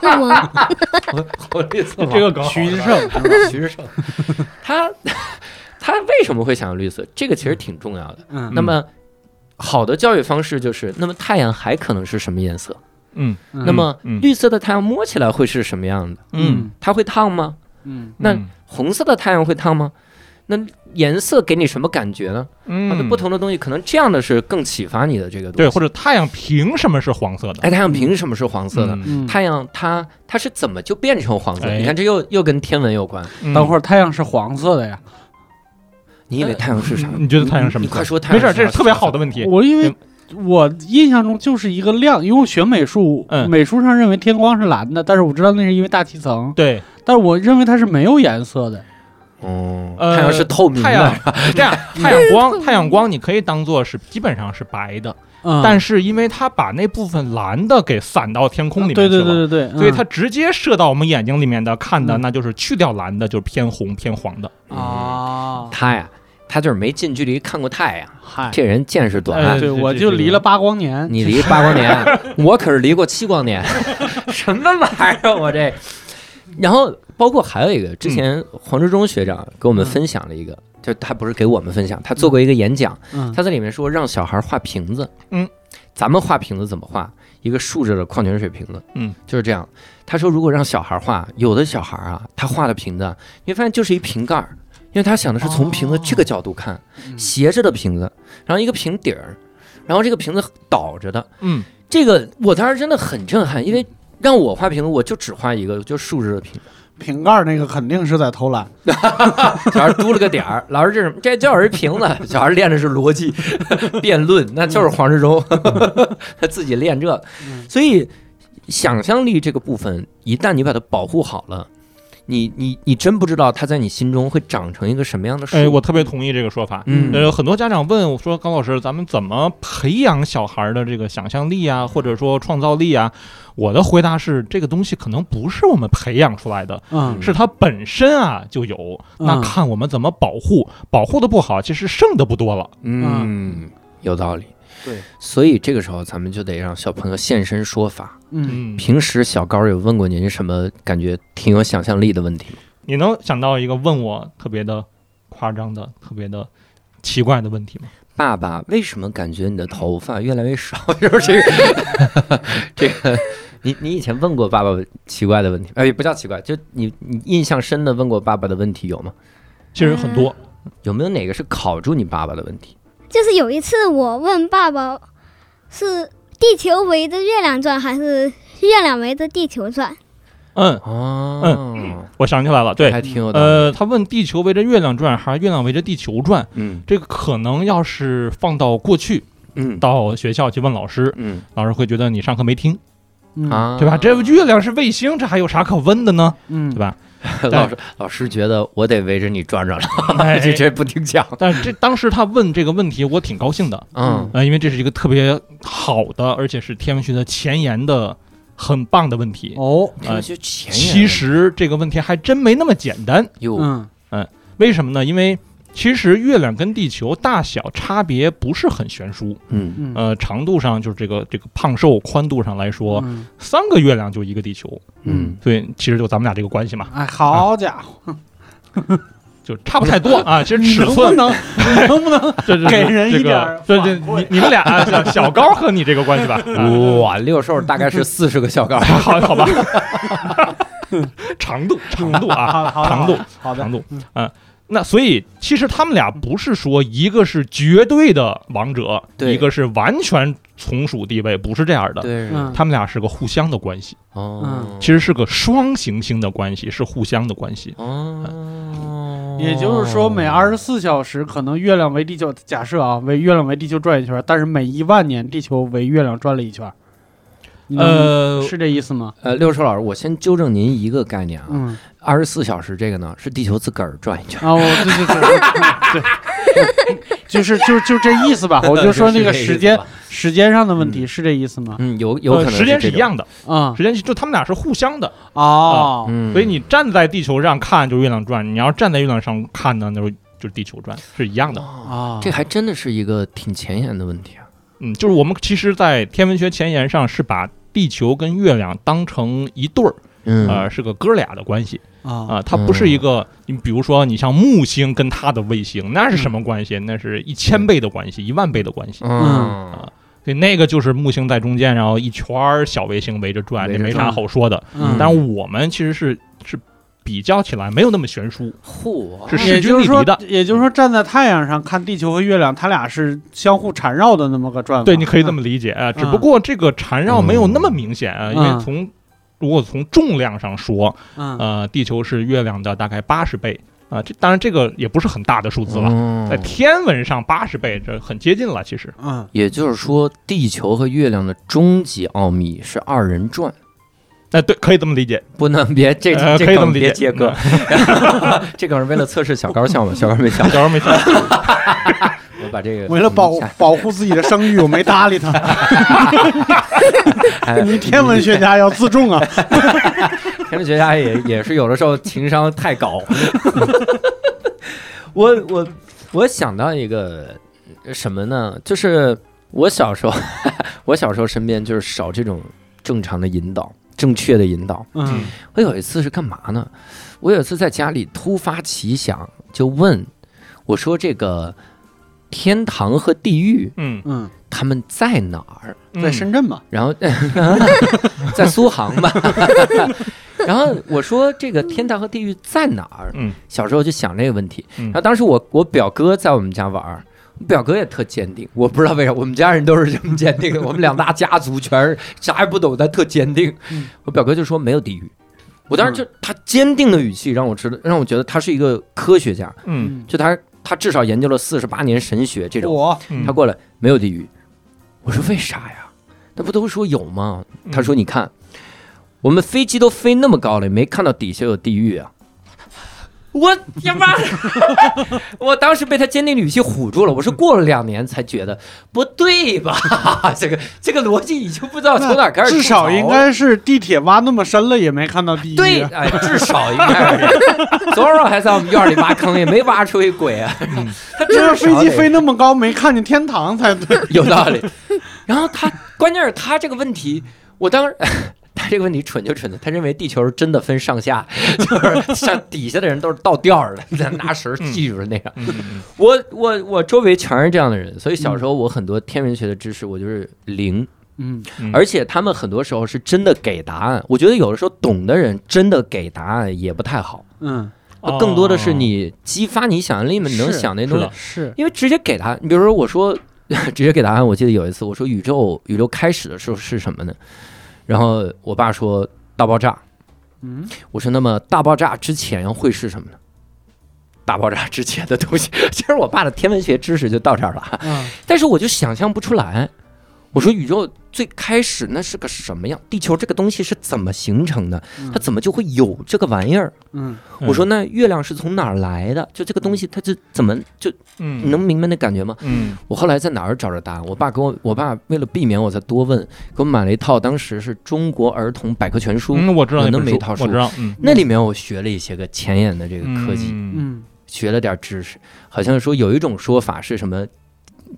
Speaker 4: 那么
Speaker 3: [LAUGHS]
Speaker 1: 红绿色嘛，
Speaker 3: 这个梗好
Speaker 1: 徐志胜，
Speaker 2: 嗯
Speaker 1: 徐志胜，他他为什么会想象绿色？这个其实挺重要的。
Speaker 2: 嗯
Speaker 1: 那么好的教育方式就是，那么太阳还可能是什么颜色？
Speaker 3: 嗯
Speaker 1: 那么
Speaker 3: 嗯
Speaker 1: 绿色的太阳摸起来会是什么样的？
Speaker 3: 嗯，
Speaker 1: 它会烫吗？
Speaker 2: 嗯
Speaker 1: 那
Speaker 3: 嗯
Speaker 1: 红色的太阳会烫吗？那颜色给你什么感觉呢？它的
Speaker 3: 嗯，
Speaker 1: 不同的东西，可能这样的是更启发你的这个东
Speaker 3: 对，
Speaker 1: 西。
Speaker 3: 或者太阳凭什么是黄色的？
Speaker 1: 哎，太阳凭什么是黄色的？
Speaker 3: 嗯
Speaker 2: 嗯，
Speaker 1: 太阳它它是怎么就变成黄色？
Speaker 3: 哎
Speaker 1: 你看这又又跟天文有关。
Speaker 3: 嗯
Speaker 2: 等会儿太阳是黄色的呀，
Speaker 1: 你以为太阳是啥？
Speaker 3: 嗯你觉得太阳什么
Speaker 1: 你
Speaker 3: 色
Speaker 1: 快？说太阳
Speaker 3: 没
Speaker 1: 是啥。
Speaker 3: 事，这是特别好的问题。
Speaker 2: 我因为我印象中就是一个亮，因为我学美术，
Speaker 3: 嗯
Speaker 2: 美术上认为天光是蓝的，但是我知道那是因为大气层，
Speaker 3: 对，
Speaker 2: 但是我认为它是没有颜色的。
Speaker 1: 哦，
Speaker 3: 呃
Speaker 1: 太阳是透明嗯
Speaker 3: 太阳
Speaker 1: 的。 [LAUGHS]
Speaker 3: 这样，太阳光，太阳光，你可以当做是基本上是白的，
Speaker 2: 嗯，
Speaker 3: 但
Speaker 2: 是
Speaker 3: 是因为它把那部分蓝的给散到天
Speaker 1: 啊
Speaker 3: 空里面去
Speaker 2: 对
Speaker 3: 了，
Speaker 2: 对对对对，
Speaker 3: 所以
Speaker 2: 嗯
Speaker 3: 它直接射到我们眼睛里面的看的，
Speaker 2: 嗯
Speaker 3: 那就是去掉蓝的，就是偏红偏黄的。
Speaker 2: 啊，
Speaker 1: 他呀，他就是没近距离看过太阳，
Speaker 2: 嗨，
Speaker 1: 这人见识短。
Speaker 3: 哎
Speaker 2: 对，
Speaker 3: 这
Speaker 2: 我
Speaker 3: 这
Speaker 2: 就
Speaker 3: 这
Speaker 2: 离
Speaker 3: 个
Speaker 2: 了八光 [LAUGHS] 年，
Speaker 1: 你离八光
Speaker 2: [LAUGHS]
Speaker 1: 年，我可是离过七光年，什么玩意儿啊我这。然后包括还有一个，之前
Speaker 2: 嗯
Speaker 1: 黄志忠学长给我们分享了一个，就他不是给我们分享，他做过一个演讲，
Speaker 2: 嗯
Speaker 1: 他在里面说让小孩画瓶子，
Speaker 3: 嗯，
Speaker 1: 咱们画瓶子怎么画？一个竖着的矿泉水瓶子，
Speaker 3: 嗯，
Speaker 1: 就是这样。他说如果让小孩画，有的小孩啊，他画的瓶子啊，你会发现就是一瓶盖儿。因为他想的是从瓶子这个角度看，
Speaker 2: 嗯
Speaker 1: 斜着的瓶子，然后一个瓶底儿，然后这个瓶子倒着的，
Speaker 3: 嗯，
Speaker 1: 这个我当时真的很震撼，因为让我画瓶子，我就只画一个，就竖着的瓶子，
Speaker 2: 瓶盖那个肯定是在偷懒，
Speaker 1: 小孩嘟了个点儿，老师这是这就是一瓶子，小孩练的是逻辑辩论，那就是黄志忠， [LAUGHS] 他自己练这个，
Speaker 2: 嗯
Speaker 1: 所以想象力这个部分，一旦你把它保护好了。你你你真不知道它在你心中会长成一个什么样的树。
Speaker 3: 哎，我特别同意这个说法。
Speaker 1: 嗯
Speaker 3: 呃，很多家长问我说：“高老师，咱们怎么培养小孩的这个想象力啊，或者说创造力啊？”我的回答是，这个东西可能不是我们培养出来的，
Speaker 2: 嗯
Speaker 3: 是它本身啊就有。那
Speaker 2: 嗯
Speaker 3: 看我们怎么保护，保护的不好，其实剩的不多了。啊
Speaker 1: 嗯，有道理。
Speaker 2: 对，
Speaker 1: 所以这个时候咱们就得让小朋友现身说法。
Speaker 2: 嗯
Speaker 3: 嗯，
Speaker 1: 平时小高有问过您什么感觉挺有想象力的问题吗？
Speaker 3: 你能想到一个问我特别的夸张的、特别的奇怪的问题吗？
Speaker 1: 爸爸，为什么感觉你的头发越来越少？就是这个， [LAUGHS] 这个，你你以前问过爸爸奇怪的问题？哎，不叫奇怪，就你你印象深的问过爸爸的问题有吗？
Speaker 3: 其实很多，
Speaker 1: 有没有哪个是考住你爸爸的问题？
Speaker 4: 就是有一次我问爸爸，是地球围着月亮转还是月亮围着地球转？
Speaker 3: 嗯，
Speaker 1: 哦，
Speaker 3: 我想起来了，对，
Speaker 1: 还挺有道理。
Speaker 3: 呃，他问地球围着月亮转还是月亮围着地球转？
Speaker 1: 嗯
Speaker 3: 这个可能要是放到过去，
Speaker 1: 嗯
Speaker 3: 到学校去问老师，
Speaker 1: 嗯
Speaker 3: 老师会觉得你上课没听，
Speaker 2: 嗯
Speaker 1: 啊，
Speaker 3: 对吧？这
Speaker 1: [LAUGHS]
Speaker 3: 月亮是卫星，这还有啥可问的呢？
Speaker 2: 嗯
Speaker 3: 对吧？
Speaker 1: 老师老师觉得我得围着你转转了， [LAUGHS]
Speaker 3: 哎
Speaker 1: 这这不听讲。
Speaker 3: 但是这当时他问这个问题，我挺高兴的，
Speaker 1: 嗯
Speaker 3: 呃，因为这是一个特别好的，而且是天文学的前沿的很棒的问题。
Speaker 2: 哦，
Speaker 1: 这嗯就前沿
Speaker 3: 哎其实这个问题还真没那么简单，
Speaker 1: 哟，
Speaker 2: 嗯
Speaker 3: 为什么呢？因为其实月亮跟地球大小差别不是很悬殊，
Speaker 1: 嗯
Speaker 2: 嗯
Speaker 3: 呃，长度上就是这个这个胖瘦宽度上来说，
Speaker 2: 嗯
Speaker 3: 三个月亮就一个地球，
Speaker 1: 嗯
Speaker 2: 哎
Speaker 3: 所以其实就咱们俩这个关系嘛。
Speaker 2: 哎，好家伙，
Speaker 3: 就差不
Speaker 2: [LAUGHS]
Speaker 3: 太多啊，其实尺
Speaker 2: 能不
Speaker 3: 寸 [LAUGHS]
Speaker 2: 能能不能
Speaker 3: 这这
Speaker 2: 给人一点儿
Speaker 3: 这这
Speaker 2: 反馈
Speaker 3: 你你们俩啊小小高和你这个关系吧，啊
Speaker 1: 哇，六兽大概是四十个小高， [LAUGHS]
Speaker 3: 好好吧， [LAUGHS] 长度长度
Speaker 2: [LAUGHS] 好
Speaker 3: 啊，
Speaker 2: 好
Speaker 3: 长度
Speaker 2: 好的
Speaker 3: 长度，嗯。那所以，其实他们俩不是说一个是绝对的王者，
Speaker 1: 对
Speaker 3: 一个是完全从属地位，不是这样的。
Speaker 1: 对
Speaker 2: 嗯
Speaker 3: 他们俩是个互相的关系，
Speaker 1: 哦，
Speaker 3: 其实是个双行星的关系，是互相的关系。
Speaker 1: 哦，
Speaker 2: 也就是说，每二十四小时，可能月亮围地球，假设啊，围月亮围地球转一圈，但是每一万年，地球围月亮转了一圈。
Speaker 1: 嗯
Speaker 2: 你能，
Speaker 3: 呃，
Speaker 2: 是这意思吗？
Speaker 1: 呃，六兽老师，我先纠正您一个概念啊，
Speaker 2: 嗯，
Speaker 1: 二十四小时这个呢是地球自个儿转
Speaker 2: [LAUGHS]
Speaker 1: 一圈，
Speaker 2: 啊，我对对对对， [LAUGHS] 就是就就这意
Speaker 3: [LAUGHS]
Speaker 2: 思吧。我就说那个
Speaker 1: 是
Speaker 2: 时间
Speaker 1: 这意思吧，
Speaker 2: 时间上的问题是这意思吗？
Speaker 1: [LAUGHS] 嗯，有有可
Speaker 3: 呃
Speaker 1: 能
Speaker 3: 时间
Speaker 1: 是
Speaker 3: 是
Speaker 1: 这种，啊
Speaker 3: 一样的，
Speaker 2: 嗯，
Speaker 3: 时间是就他们俩是互相的，
Speaker 2: 哦，
Speaker 1: 嗯，
Speaker 3: 所以你站在地球上看就月亮转，你要站在月亮上看呢，那就就是地球转，是一样的。
Speaker 1: 哦
Speaker 2: 啊，
Speaker 1: 这还真的是一个挺前沿的问题啊，
Speaker 3: 嗯，就是我们其实，在天文学前沿上是把地球跟月亮当成一对儿，
Speaker 1: 嗯哦
Speaker 3: 呃，是个哥俩的关系
Speaker 2: 啊
Speaker 3: 啊、它不是一个，你比如说你像木星跟它的卫星，那是什么关系？那是一千倍的关系，一万倍的关系。
Speaker 1: 嗯
Speaker 3: 所以那个就是木星在中间，然后一圈儿小卫星围着转，
Speaker 1: 围
Speaker 3: 这
Speaker 1: 着
Speaker 3: 没
Speaker 1: 转
Speaker 3: 啥好说的。
Speaker 2: 嗯，
Speaker 3: 但是我们其实是是比较起来没有那么悬殊，
Speaker 1: 嚯，
Speaker 3: 是
Speaker 2: 哦也
Speaker 3: 势均
Speaker 2: 就是
Speaker 3: 力
Speaker 2: 说
Speaker 3: 敌的，。
Speaker 2: 也就是说，站在太阳上看地球和月亮，它俩是相互缠绕的那么个转法。
Speaker 3: 对，你可以这么理解
Speaker 1: 嗯
Speaker 3: 啊，只不过这个缠绕没有那么明显啊，
Speaker 2: 嗯
Speaker 3: 因为从如果从重量上说，
Speaker 2: 嗯，嗯，
Speaker 3: 呃，地球是月亮的大概八十倍啊，这当然这个也不是很大的数字了，
Speaker 1: 嗯
Speaker 3: 在天文上八十倍这很接近了，其实
Speaker 2: 嗯，
Speaker 1: 也就是说，地球和月亮的终极奥秘是二人转。
Speaker 3: 那哎对，可以这么理解， [LAUGHS]
Speaker 1: 不能别这
Speaker 3: 呃
Speaker 1: 这
Speaker 3: 可以这
Speaker 1: 梗
Speaker 3: 么理
Speaker 1: 别
Speaker 3: 解嗯
Speaker 1: 接梗， [LAUGHS] 这梗是为了测试小高效吗？小高没效
Speaker 3: 小，时候没听过
Speaker 1: 我把
Speaker 3: [LAUGHS]
Speaker 1: 这个
Speaker 2: 嗯为了保
Speaker 1: 我们下
Speaker 2: 保护自己的声誉，我没搭理他。
Speaker 3: [LAUGHS]
Speaker 1: 哎
Speaker 2: 你天文学家要自重啊！
Speaker 1: [LAUGHS] 天文学家也也是有的时候情商太高。 [LAUGHS] 我我我想到一个什么呢？就是我小时候， [LAUGHS] 我小时候身边就是少这种正常的引导，正确的引导。
Speaker 2: 嗯
Speaker 1: 我有一次是干嘛呢？我有一次在家里突发奇想，就问我说：“这个天堂和地狱，
Speaker 3: 嗯，
Speaker 2: 嗯，
Speaker 1: 他们在哪儿？”
Speaker 3: 嗯
Speaker 2: 在深圳嘛，
Speaker 1: 然后在苏杭吧。 [LAUGHS] 然后我说这个天堂和地狱在哪儿？
Speaker 3: 嗯，
Speaker 1: 小时候就想这个问题。
Speaker 3: 嗯
Speaker 1: 然后当时我我表哥在我们家玩儿，我表哥也特坚定，我不知道为啥，我们家人都是这么坚定的，我们两大家族全是啥也不懂，但特坚定
Speaker 2: 嗯。
Speaker 1: 我表哥就说没有地狱。我当时就他坚定的语气让我知道，让我觉得他是一个科学家，
Speaker 3: 嗯，
Speaker 1: 就他他至少研究了四十八年神学这种。
Speaker 2: 我
Speaker 3: 嗯
Speaker 1: 他过来没有地狱。我说为啥呀？那不都说有吗？
Speaker 3: 嗯
Speaker 1: 他说你看，我们飞机都飞那么高了，也没看到底下有地狱啊。我他妈！ [LAUGHS] 我当时被他坚定的语气唬住了。我是过了两年才觉得不对吧？ [LAUGHS] 这个这个逻辑已经不知道从哪儿开始
Speaker 2: 至
Speaker 1: 吐槽
Speaker 2: 少
Speaker 1: 了
Speaker 2: 应该是地铁挖那么深了也没看到啊地狱。
Speaker 1: 对，哎，至少应该是。昨儿我还在我们院里挖坑，也没挖出一鬼啊。
Speaker 2: [LAUGHS]
Speaker 1: 他至少
Speaker 2: 这个飞
Speaker 1: 得
Speaker 2: 机飞那么高没看见天堂才对。
Speaker 1: [LAUGHS] 有道理。然后他，关键是他这个问题，我当 [LAUGHS] 时他这个问题蠢就蠢在，他认为地球是真的分上下， [LAUGHS] 就是像底下的人都是倒吊着的， [LAUGHS] 拿绳儿系住的那样。
Speaker 3: 嗯嗯
Speaker 1: 我我我周围全是这样的人，所以小时候我很多天文学的知识我就是零，
Speaker 2: [LAUGHS] 嗯
Speaker 3: 嗯
Speaker 1: 而且他们很多时候是真的给答案。我觉得有的时候懂的人真的给答案也不太好，
Speaker 2: 嗯，
Speaker 3: 哦
Speaker 1: [LAUGHS] 更多的是你激发你想象力嘛，你能
Speaker 2: 是
Speaker 1: 想那
Speaker 3: 是
Speaker 1: 东西
Speaker 3: 的。
Speaker 2: 是
Speaker 1: 因为直接给答案，你比如说我说 [LAUGHS] 直接给答案，我记得有一次我说宇宙宇宙开始的时候是什么呢？然后我爸说大爆炸，
Speaker 2: 嗯，
Speaker 1: 我说那么大爆炸之前会是什么呢？大爆炸之前的东西， [LAUGHS] 其实我爸的天文学知识就到这儿了， [LAUGHS]
Speaker 2: 嗯
Speaker 1: 但是我就想象不出来。我说宇宙最开始那是个什么样？地球这个东西是怎么形成的？它怎么就会有这个玩意儿？
Speaker 2: 嗯
Speaker 3: 嗯
Speaker 1: 我说那月亮是从哪儿来的？就这个东西它就怎么就你
Speaker 3: 嗯
Speaker 1: 能明白那感觉吗？
Speaker 3: 嗯
Speaker 1: 我后来在哪儿找着答案？我爸给我，我爸为了避免我再多问，给我买了一套当时是中国儿童百科全书，
Speaker 3: 嗯，我知道
Speaker 1: 有
Speaker 3: 那
Speaker 1: 那么
Speaker 3: 本
Speaker 1: 一
Speaker 3: 书
Speaker 1: 套书
Speaker 3: 我知道，嗯，
Speaker 1: 那里面我学了一些个前沿的这个科技，
Speaker 3: 嗯
Speaker 2: 嗯
Speaker 1: 学了点知识。好像说有一种说法是什么，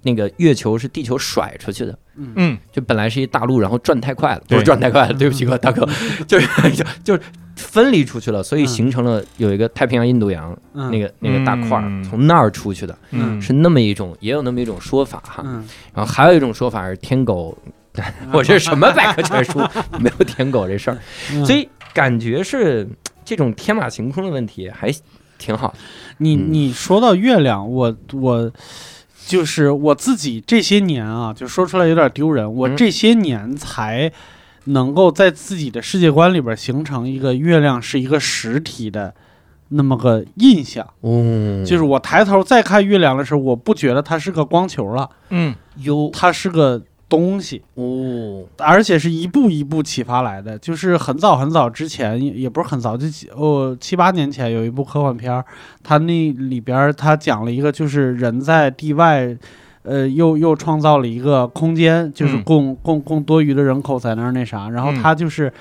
Speaker 1: 那个月球是地球甩出去的。
Speaker 2: 嗯
Speaker 3: 嗯
Speaker 1: 就本来是一大陆，然后转太快了，不 [LAUGHS]
Speaker 3: 对嗯
Speaker 1: 是转太快了，对不起，各位大哥，就是就就是分离出去了，所以
Speaker 2: 嗯
Speaker 1: 形成了有一个太平洋、印度洋
Speaker 2: 嗯
Speaker 1: 那个那个大块儿
Speaker 3: 嗯
Speaker 1: 从那儿出去的，
Speaker 3: 嗯，
Speaker 1: 是那么一种，也有那么一种说法哈。
Speaker 2: 嗯，
Speaker 1: 然后还有一种说法是天
Speaker 2: [LAUGHS]
Speaker 1: 狗，我这什么百科全书 [LAUGHS] 没有天狗这事儿，所
Speaker 2: 以
Speaker 1: 以感觉是这种天马行空的问题还挺好。
Speaker 2: 你
Speaker 1: 嗯
Speaker 2: 你说到月亮，我我就是我自己这些年啊，就说出来有点丢人，我
Speaker 1: 嗯
Speaker 2: 这些年才能够在自己的世界观里边形成一个月亮是一个实体的那么个印象，
Speaker 1: 嗯
Speaker 2: 就是我抬头再看月亮的时候，我不觉得它是个光球了，
Speaker 3: 嗯
Speaker 1: 有
Speaker 2: 它是个东西。
Speaker 1: 哦，
Speaker 2: 而且是一步一步启发来的，就是很早很早之前，也也不是很早，就几哦七八年前有一部科幻片儿，它那里边儿它讲了一个就是人在地外，呃，又又创造了一个空间，就是
Speaker 3: 嗯
Speaker 2: 供、供供多余的人口在那儿那啥，然后
Speaker 3: 嗯
Speaker 2: 它就是、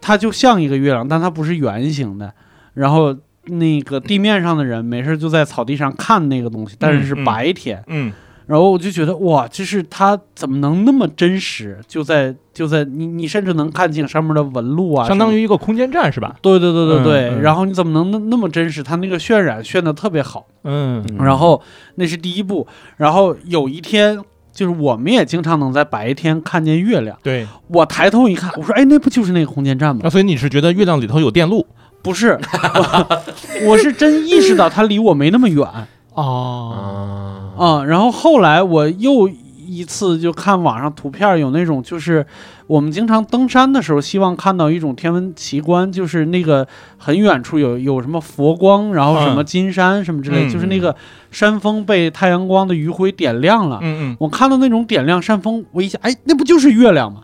Speaker 2: 它就像一个月亮，但它不是圆形的，然后。那个地面上的人没事就在草地上看那个东西，但是是
Speaker 3: 嗯嗯
Speaker 2: 白天，
Speaker 3: 嗯
Speaker 2: 然后我就觉得哇，就是它怎么能那么真实？就在就在你你甚至能看见上面的纹路啊，
Speaker 3: 相当
Speaker 2: 于
Speaker 3: 于一个空间站是吧？
Speaker 2: 对对对对对。
Speaker 3: 嗯嗯
Speaker 2: 然后你怎么能那那么真实？它那个渲染渲的特别好。
Speaker 3: 嗯
Speaker 2: 然后那是第一步，然后有一天。就是我们也经常能在白天看见月亮。
Speaker 3: 对，
Speaker 2: 我抬头一看，我说：“哎，那不就是那个空间站吗
Speaker 3: 那啊所以你是觉得月亮里头有电路？”
Speaker 2: 不是，我 [LAUGHS] 我是真意识到它离我没那么远。
Speaker 3: 哦，
Speaker 1: 啊，
Speaker 2: 嗯，然后后来我又一次就看网上图片儿，有那种就是我们经常登山的时候，希望看到一种天文奇观，就是那个很远处有有什么佛光，然后什么
Speaker 3: 嗯
Speaker 2: 金山什么之类，
Speaker 3: 嗯
Speaker 2: 就是那个山峰被太阳光的余晖点亮了。
Speaker 3: 嗯
Speaker 2: 我看到那种点亮山峰，我一想，哎，那不就是月亮吗？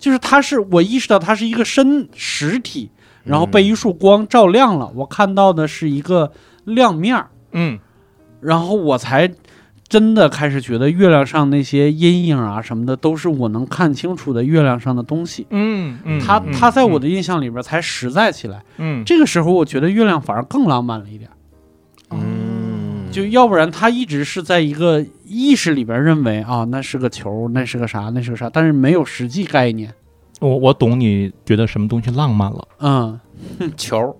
Speaker 2: 就是它是我意识到它是一个身实体，
Speaker 1: 嗯
Speaker 2: 然后被
Speaker 3: 嗯
Speaker 2: 一束光照亮了，我看到的是一个亮面儿。
Speaker 3: 嗯
Speaker 2: 然后我才真的开始觉得月亮上那些阴影啊什么的，都是我能看清楚的月亮上的东西。
Speaker 3: 嗯嗯，
Speaker 2: 它
Speaker 3: 嗯
Speaker 2: 它在我的印象里边才实在起来。
Speaker 3: 嗯
Speaker 2: 这个时候，我觉得月亮反而更浪漫了一点，
Speaker 1: 嗯，
Speaker 2: 就要不然它一直是在一个意识里边认为啊那是个球，那是个啥，那是个啥，但是没有实际概念。
Speaker 3: 我我懂你觉得什么东西浪漫
Speaker 2: [LAUGHS]
Speaker 3: 了。
Speaker 2: 嗯，
Speaker 1: [LAUGHS] 球，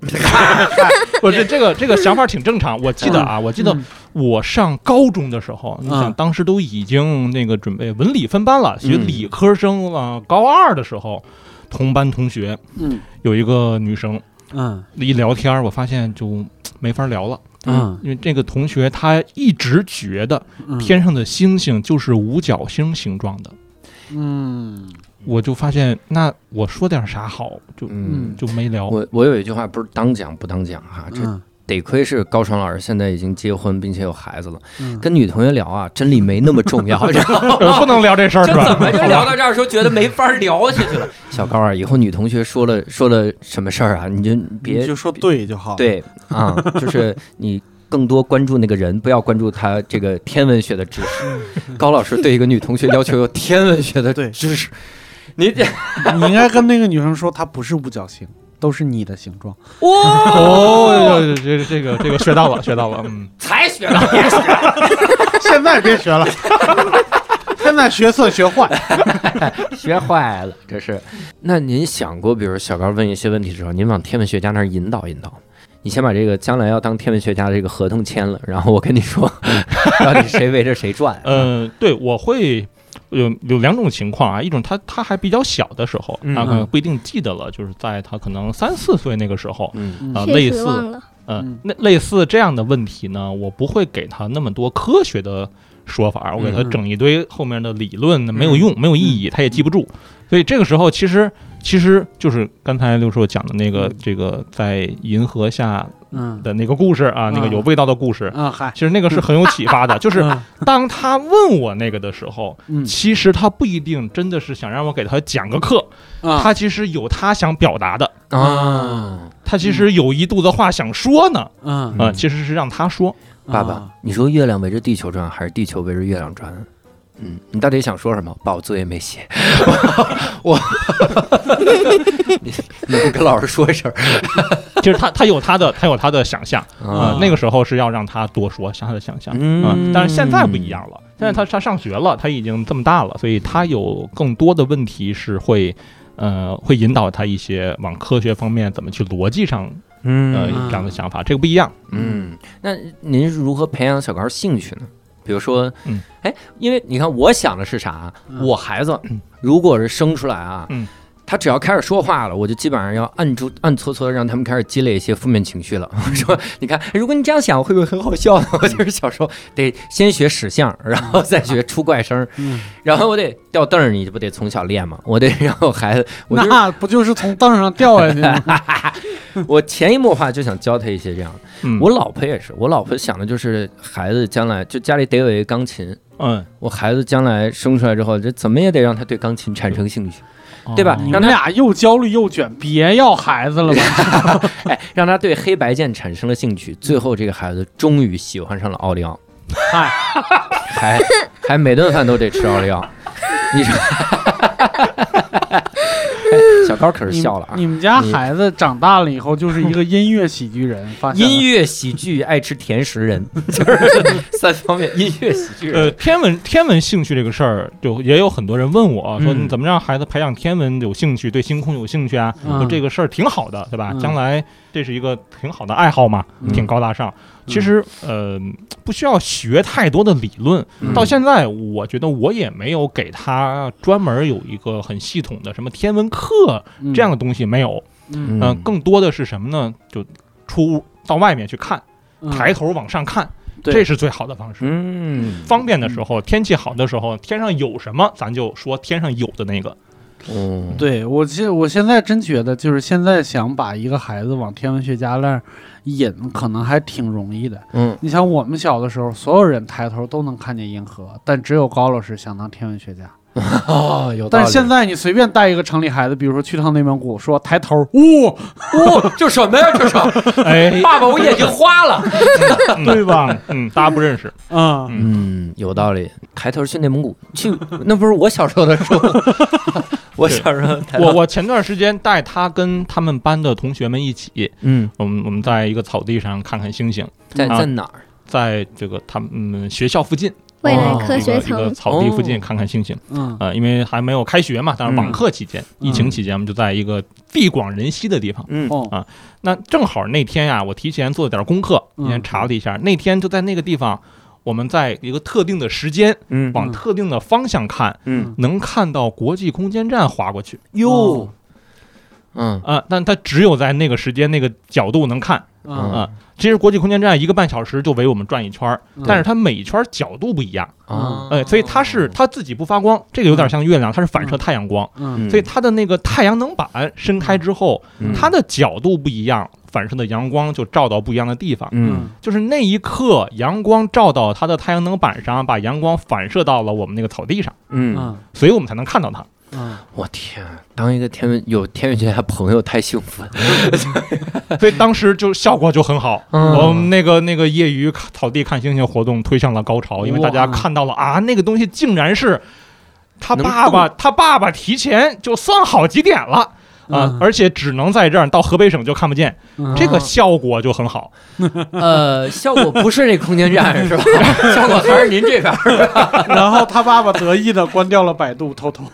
Speaker 3: 不是这个这个想法挺正常。我记得啊，我记得
Speaker 2: 嗯
Speaker 3: 我上高中的时候，你想
Speaker 2: 嗯
Speaker 3: 当时都已经那个准备文理分班了，学
Speaker 1: 嗯
Speaker 3: 理科生了。高二的时候，同班同学
Speaker 2: 嗯
Speaker 3: 有一个女生，
Speaker 2: 嗯
Speaker 3: 一聊天儿我发现就嘖没法聊了。
Speaker 2: 嗯
Speaker 3: 因为这个同学他一直觉得
Speaker 2: 嗯，
Speaker 3: 天上的星星就是五角星形状的，
Speaker 2: 嗯
Speaker 3: 我就发现那我说点啥好，就
Speaker 1: 嗯
Speaker 2: 嗯。
Speaker 3: 就没聊。
Speaker 1: 我我有一句话不是当讲不当讲哈，啊这
Speaker 2: 嗯
Speaker 1: 得亏是高爽老师现在已经结婚并且有孩子了，
Speaker 2: 嗯
Speaker 1: 跟女同学聊啊，真理没那么重
Speaker 2: [LAUGHS]
Speaker 1: 要，然后
Speaker 3: 呃 [LAUGHS] 不能聊这事儿是
Speaker 1: 就
Speaker 3: 吧？
Speaker 1: 怎么就
Speaker 3: 好吧
Speaker 1: 聊到这儿说觉得没法聊下去了？ [LAUGHS] 小高啊，以后女同学说了说了什么事儿啊，你就别
Speaker 2: 你就说对就好了。
Speaker 1: 对 [LAUGHS] 啊，就是你更多关注那个人，不要关注他这个天文学的知 [LAUGHS] 识。高老师对一个女同学要求有天文学的
Speaker 2: 对
Speaker 1: 知识，呃你这
Speaker 2: 你应该跟那个女生说，它不是五角星，都是你的形状。
Speaker 3: 哦，这这这个这个学
Speaker 1: [LAUGHS]
Speaker 3: 到了，学到了，嗯，
Speaker 1: 才学到别学
Speaker 2: 现在别学了， [LAUGHS] 现在学色学坏。
Speaker 1: 学坏了，这是。那您想过，比如小高问一些问题之后，您往天文学家那儿引导引导吗？你先把这个将来要当天文学家的这个合同签了，然后我跟你说， [LAUGHS] 到底谁围着谁转。
Speaker 3: 呃，对，我会有有两种情况啊，一种他他还比较小的时候，
Speaker 1: 嗯
Speaker 3: 啊，可
Speaker 2: 嗯
Speaker 3: 能不一定记得了，就是在他可能三四岁那个时候，
Speaker 1: [LAUGHS] 嗯
Speaker 3: 啊，类
Speaker 4: 确
Speaker 3: 似
Speaker 4: 实忘了。
Speaker 3: 嗯
Speaker 2: 嗯，
Speaker 3: 那类似这样的问题呢，我不会给他那么多科学的说法，我给他
Speaker 2: 嗯
Speaker 3: 整一堆后面的理论，没有用，没有意义，他也记不住。所以这个时候，其实其实就是刚才六叔讲的那个
Speaker 2: 嗯
Speaker 3: 这个在银河下
Speaker 2: 嗯
Speaker 3: 的那个故事啊，那个有味道的故事。
Speaker 2: 啊，嗨，
Speaker 3: 其实那个是很有启
Speaker 2: [LAUGHS]
Speaker 3: 发的，就是
Speaker 2: 嗯
Speaker 3: 当他问我那个的时候，
Speaker 2: 嗯
Speaker 3: 其实他不一定真的是想让我给他讲个课，
Speaker 2: 啊，
Speaker 1: 嗯
Speaker 3: 他其实有他想表达的，
Speaker 1: 啊，
Speaker 3: 他其实有一肚子话想说呢，
Speaker 2: 嗯，啊
Speaker 3: 啊，其实是让他说。
Speaker 1: 爸爸，你说月亮围着地球转，还是地球围着月亮转？嗯，你到底想说什么？爸，我作业没写， [LAUGHS] 我 [LAUGHS] 你你不跟老师说一声
Speaker 3: 其实他他有他的他有他的想象啊、
Speaker 1: 啊？
Speaker 3: 那个时候是要让他多说他的想象啊、
Speaker 1: 嗯
Speaker 3: 但是现在不一样了，现在他他上学了，他已经这么大了，所以他有更多的问题是会呃，会引导他一些往科学方面怎么去逻辑上呃
Speaker 1: 嗯
Speaker 3: 这样的想法，这个不一样。
Speaker 1: 嗯，那您是如何培养小孩兴趣呢？比如说
Speaker 3: 嗯，
Speaker 1: 哎，因为你看，我想的是啥？
Speaker 2: 嗯
Speaker 1: 我孩子如果是生出来啊
Speaker 3: 嗯，
Speaker 1: 他只要开始说话了，我就基本上要暗住暗搓搓地让他们开始积累一些负面情绪了。
Speaker 2: 嗯
Speaker 1: 我 [LAUGHS] 说，你看，哎如果你这样想，会不会很好笑呢？我 [LAUGHS] 就是小时候得先学使相，然后再学出怪声儿，
Speaker 2: 嗯，
Speaker 1: 然后我得掉凳儿，你不得从小练吗？我得让我孩子，我就是
Speaker 2: 那不就是从凳上掉下
Speaker 1: [LAUGHS]
Speaker 2: 去吗？
Speaker 1: 我潜移默化就想教他一些这样的。
Speaker 3: 嗯，
Speaker 1: 我老婆也是，我老婆想的就是孩子将来就家里得有一个钢琴，
Speaker 3: 嗯，
Speaker 1: 我孩子将来生出来之后，这怎么也得让他对钢琴产生兴趣，对吧
Speaker 3: 哦
Speaker 2: 你们俩又焦虑又卷，别要孩子了吧？
Speaker 1: [LAUGHS] 哎，让他对黑白键产生了兴趣，最后这个孩子终于喜欢上了奥利奥，哎
Speaker 2: 嗨
Speaker 1: 还还每顿饭都得吃奥利奥，你说，哎小高可是
Speaker 2: 你
Speaker 1: 笑了啊。
Speaker 2: 你们家
Speaker 1: 你
Speaker 2: 孩子长大了以后就是一个音乐喜剧人，发现了
Speaker 1: 音乐、喜剧、爱吃甜食
Speaker 3: [LAUGHS]
Speaker 1: 人，就是三方面。音乐、喜剧人，
Speaker 3: 呃，天文天文兴趣这个事儿，就也有很多人问我说，
Speaker 1: 嗯
Speaker 3: 你怎么让孩子培养天文有兴趣，对星空有兴趣啊？
Speaker 2: 嗯
Speaker 3: 说这个事儿挺好的，对吧？
Speaker 2: 嗯
Speaker 3: 将来这是一个挺好的爱好嘛，
Speaker 1: 嗯
Speaker 3: 挺高大上。其实，呃，不需要学太多的理论。
Speaker 1: 嗯
Speaker 3: 呃到现在，我觉得我也没有给他专门有一个很系统的什么天文课这样的东西没有。
Speaker 2: 嗯
Speaker 3: 嗯，更多的是什么呢？就出屋到外面去看，
Speaker 2: 嗯
Speaker 3: 抬头往上看，
Speaker 2: 对
Speaker 3: 这是最好的方式。
Speaker 1: 嗯，
Speaker 3: 方便的时候，天气好的时候，天上有什么，咱就说天上有的那个。
Speaker 1: 嗯，
Speaker 2: 对我现我现在真觉得，就是现在想把一个孩子往天文学家那儿引，可能还挺容易的。
Speaker 1: 嗯，
Speaker 2: 你想，我们小的时候，所有人抬头都能看见银河，但只有高老师想当天文学家。
Speaker 1: 哦，有道理。
Speaker 2: 但现在你随便带一个城里孩子，比如说去趟内蒙古，说抬头，呜、
Speaker 1: [LAUGHS] 哦，这什么呀？这是
Speaker 3: 哎，
Speaker 1: 爸爸，我眼睛花了。
Speaker 3: 对吧？嗯，大家不认识。
Speaker 2: 啊、
Speaker 3: 嗯
Speaker 1: 嗯，有道理。抬头去内蒙古 [LAUGHS] 去，那不是我小时候的时 [LAUGHS] 候。我小时候抬头，
Speaker 3: 我我前段时间带他跟他们班的同学们一起，
Speaker 1: 嗯，
Speaker 3: 我们我们在一个草地上看看星星，
Speaker 1: 在
Speaker 3: 啊
Speaker 1: 在哪儿？
Speaker 3: 在这个他们嗯学校附近，啊
Speaker 4: 未来
Speaker 1: 哦
Speaker 4: 科
Speaker 3: 一个
Speaker 4: 学
Speaker 3: 一个
Speaker 4: 城，
Speaker 3: 草地附
Speaker 2: 哦
Speaker 3: 近看看星星。
Speaker 2: 嗯，
Speaker 3: 呃，因为还没有开学嘛，当然网
Speaker 1: 嗯
Speaker 3: 课期间，
Speaker 2: 嗯
Speaker 3: 疫情期间，我们就在一个地广人稀的地方。
Speaker 1: 嗯
Speaker 2: 哦，
Speaker 3: 那正好那天啊呀、我提前做了点功课，
Speaker 2: 嗯
Speaker 3: 先查了一下，那天就在那个地方，我们在一个特定的时间
Speaker 1: 嗯
Speaker 3: 往特定的方向看，
Speaker 1: 嗯
Speaker 3: 能看到国际空间站划过去
Speaker 1: 哟
Speaker 2: 哟，
Speaker 1: 嗯
Speaker 3: 啊、但它只有在那个时间那个角度能看。
Speaker 2: 嗯
Speaker 1: 嗯
Speaker 3: 其实国际空间站一个半小时就围我们转一圈儿，
Speaker 2: 嗯
Speaker 3: 但是它每一圈儿角度不一样，
Speaker 1: 啊，
Speaker 3: 呃，所以它是它自己不发光，这个有点像月亮，它是反射太阳光，
Speaker 2: 嗯
Speaker 3: 所以它的那个太阳能板伸开之后，
Speaker 1: 嗯
Speaker 3: 它的角度不一样，反射的阳光就照到不一样的地方。
Speaker 1: 嗯
Speaker 3: 就是那一刻，阳光照到它的太阳能板上，把阳光反射到了我们那个草地上，
Speaker 1: 嗯，
Speaker 2: 嗯
Speaker 3: 所以我们才能看到它。
Speaker 2: 嗯
Speaker 1: 我天，当一个天文有天文学家朋友太幸福了。
Speaker 3: 所以当时就效果就很好。
Speaker 1: 嗯
Speaker 3: 我们那个那个业余看草地看星星活动推向了高潮，因为大家
Speaker 2: 哇
Speaker 3: 看到了啊，那个东西竟然是他
Speaker 1: 能
Speaker 3: 爸爸，他爸爸提前就算好几点了。啊
Speaker 2: 嗯，
Speaker 3: 而且只能在这儿，到河北省就看不见，
Speaker 2: 嗯
Speaker 3: 这个效果就很好。
Speaker 1: 呃，效果不是那空间 [LAUGHS] 站是吧？效果还是您这边儿。
Speaker 2: 然后他爸爸得意的关掉了百度，偷偷。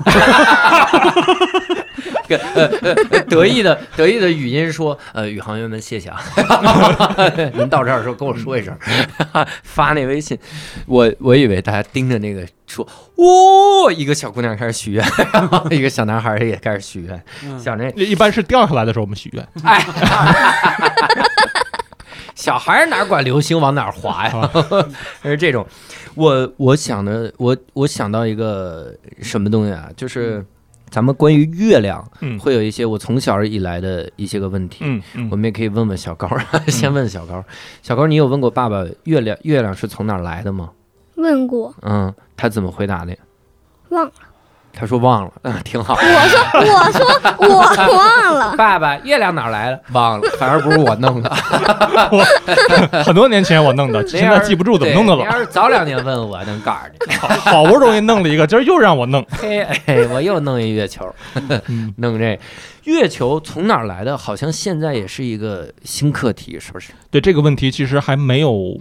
Speaker 1: 呃呃呃得意的得意的语音说：“呃，宇航员们，谢谢
Speaker 3: [LAUGHS]
Speaker 1: 啊！您到这儿的时候跟我说一声，发那微信。我我以为大家盯着那个说，哦，一个小姑娘开始许愿，然后一个小男孩也开始许愿，
Speaker 3: 嗯
Speaker 1: 想着
Speaker 3: 一般是掉下来的时候我们许愿，
Speaker 1: 哎，小孩儿哪管流星往哪儿滑
Speaker 3: 啊
Speaker 1: [LAUGHS] 呀？是这种。我我想的，我我想到一个什么东西啊，就是咱们关于月亮。”
Speaker 3: 嗯
Speaker 1: 会有一些我从小以来的一些个问题，
Speaker 3: 嗯嗯
Speaker 1: 我们也可以问问小高， [LAUGHS] 先问小高。小高，你有问过爸爸月亮月亮是从哪儿来的吗？
Speaker 4: 问过，
Speaker 1: 嗯，他怎么回答的？
Speaker 4: 忘了。
Speaker 1: 他说忘了， [LAUGHS] 嗯，挺
Speaker 3: [LAUGHS]
Speaker 1: 好。
Speaker 4: 我说，我说，我忘了。
Speaker 1: 爸爸，月亮哪儿来的？忘了，反正不是我弄 [LAUGHS] 的。
Speaker 3: 很多年前我弄的，现在记不住怎么弄的
Speaker 1: 对
Speaker 3: 了
Speaker 1: 你。要是早两年问我，能告诉
Speaker 3: [LAUGHS]
Speaker 1: 你。
Speaker 3: 好好不容易弄了一个，今儿又让我弄。
Speaker 1: 嘿，哎我又弄一月球，
Speaker 3: 嗯，
Speaker 1: 弄这月球从哪儿来的？好像现在也是一个新课题，是不是？
Speaker 3: 对这个问题，其实还没有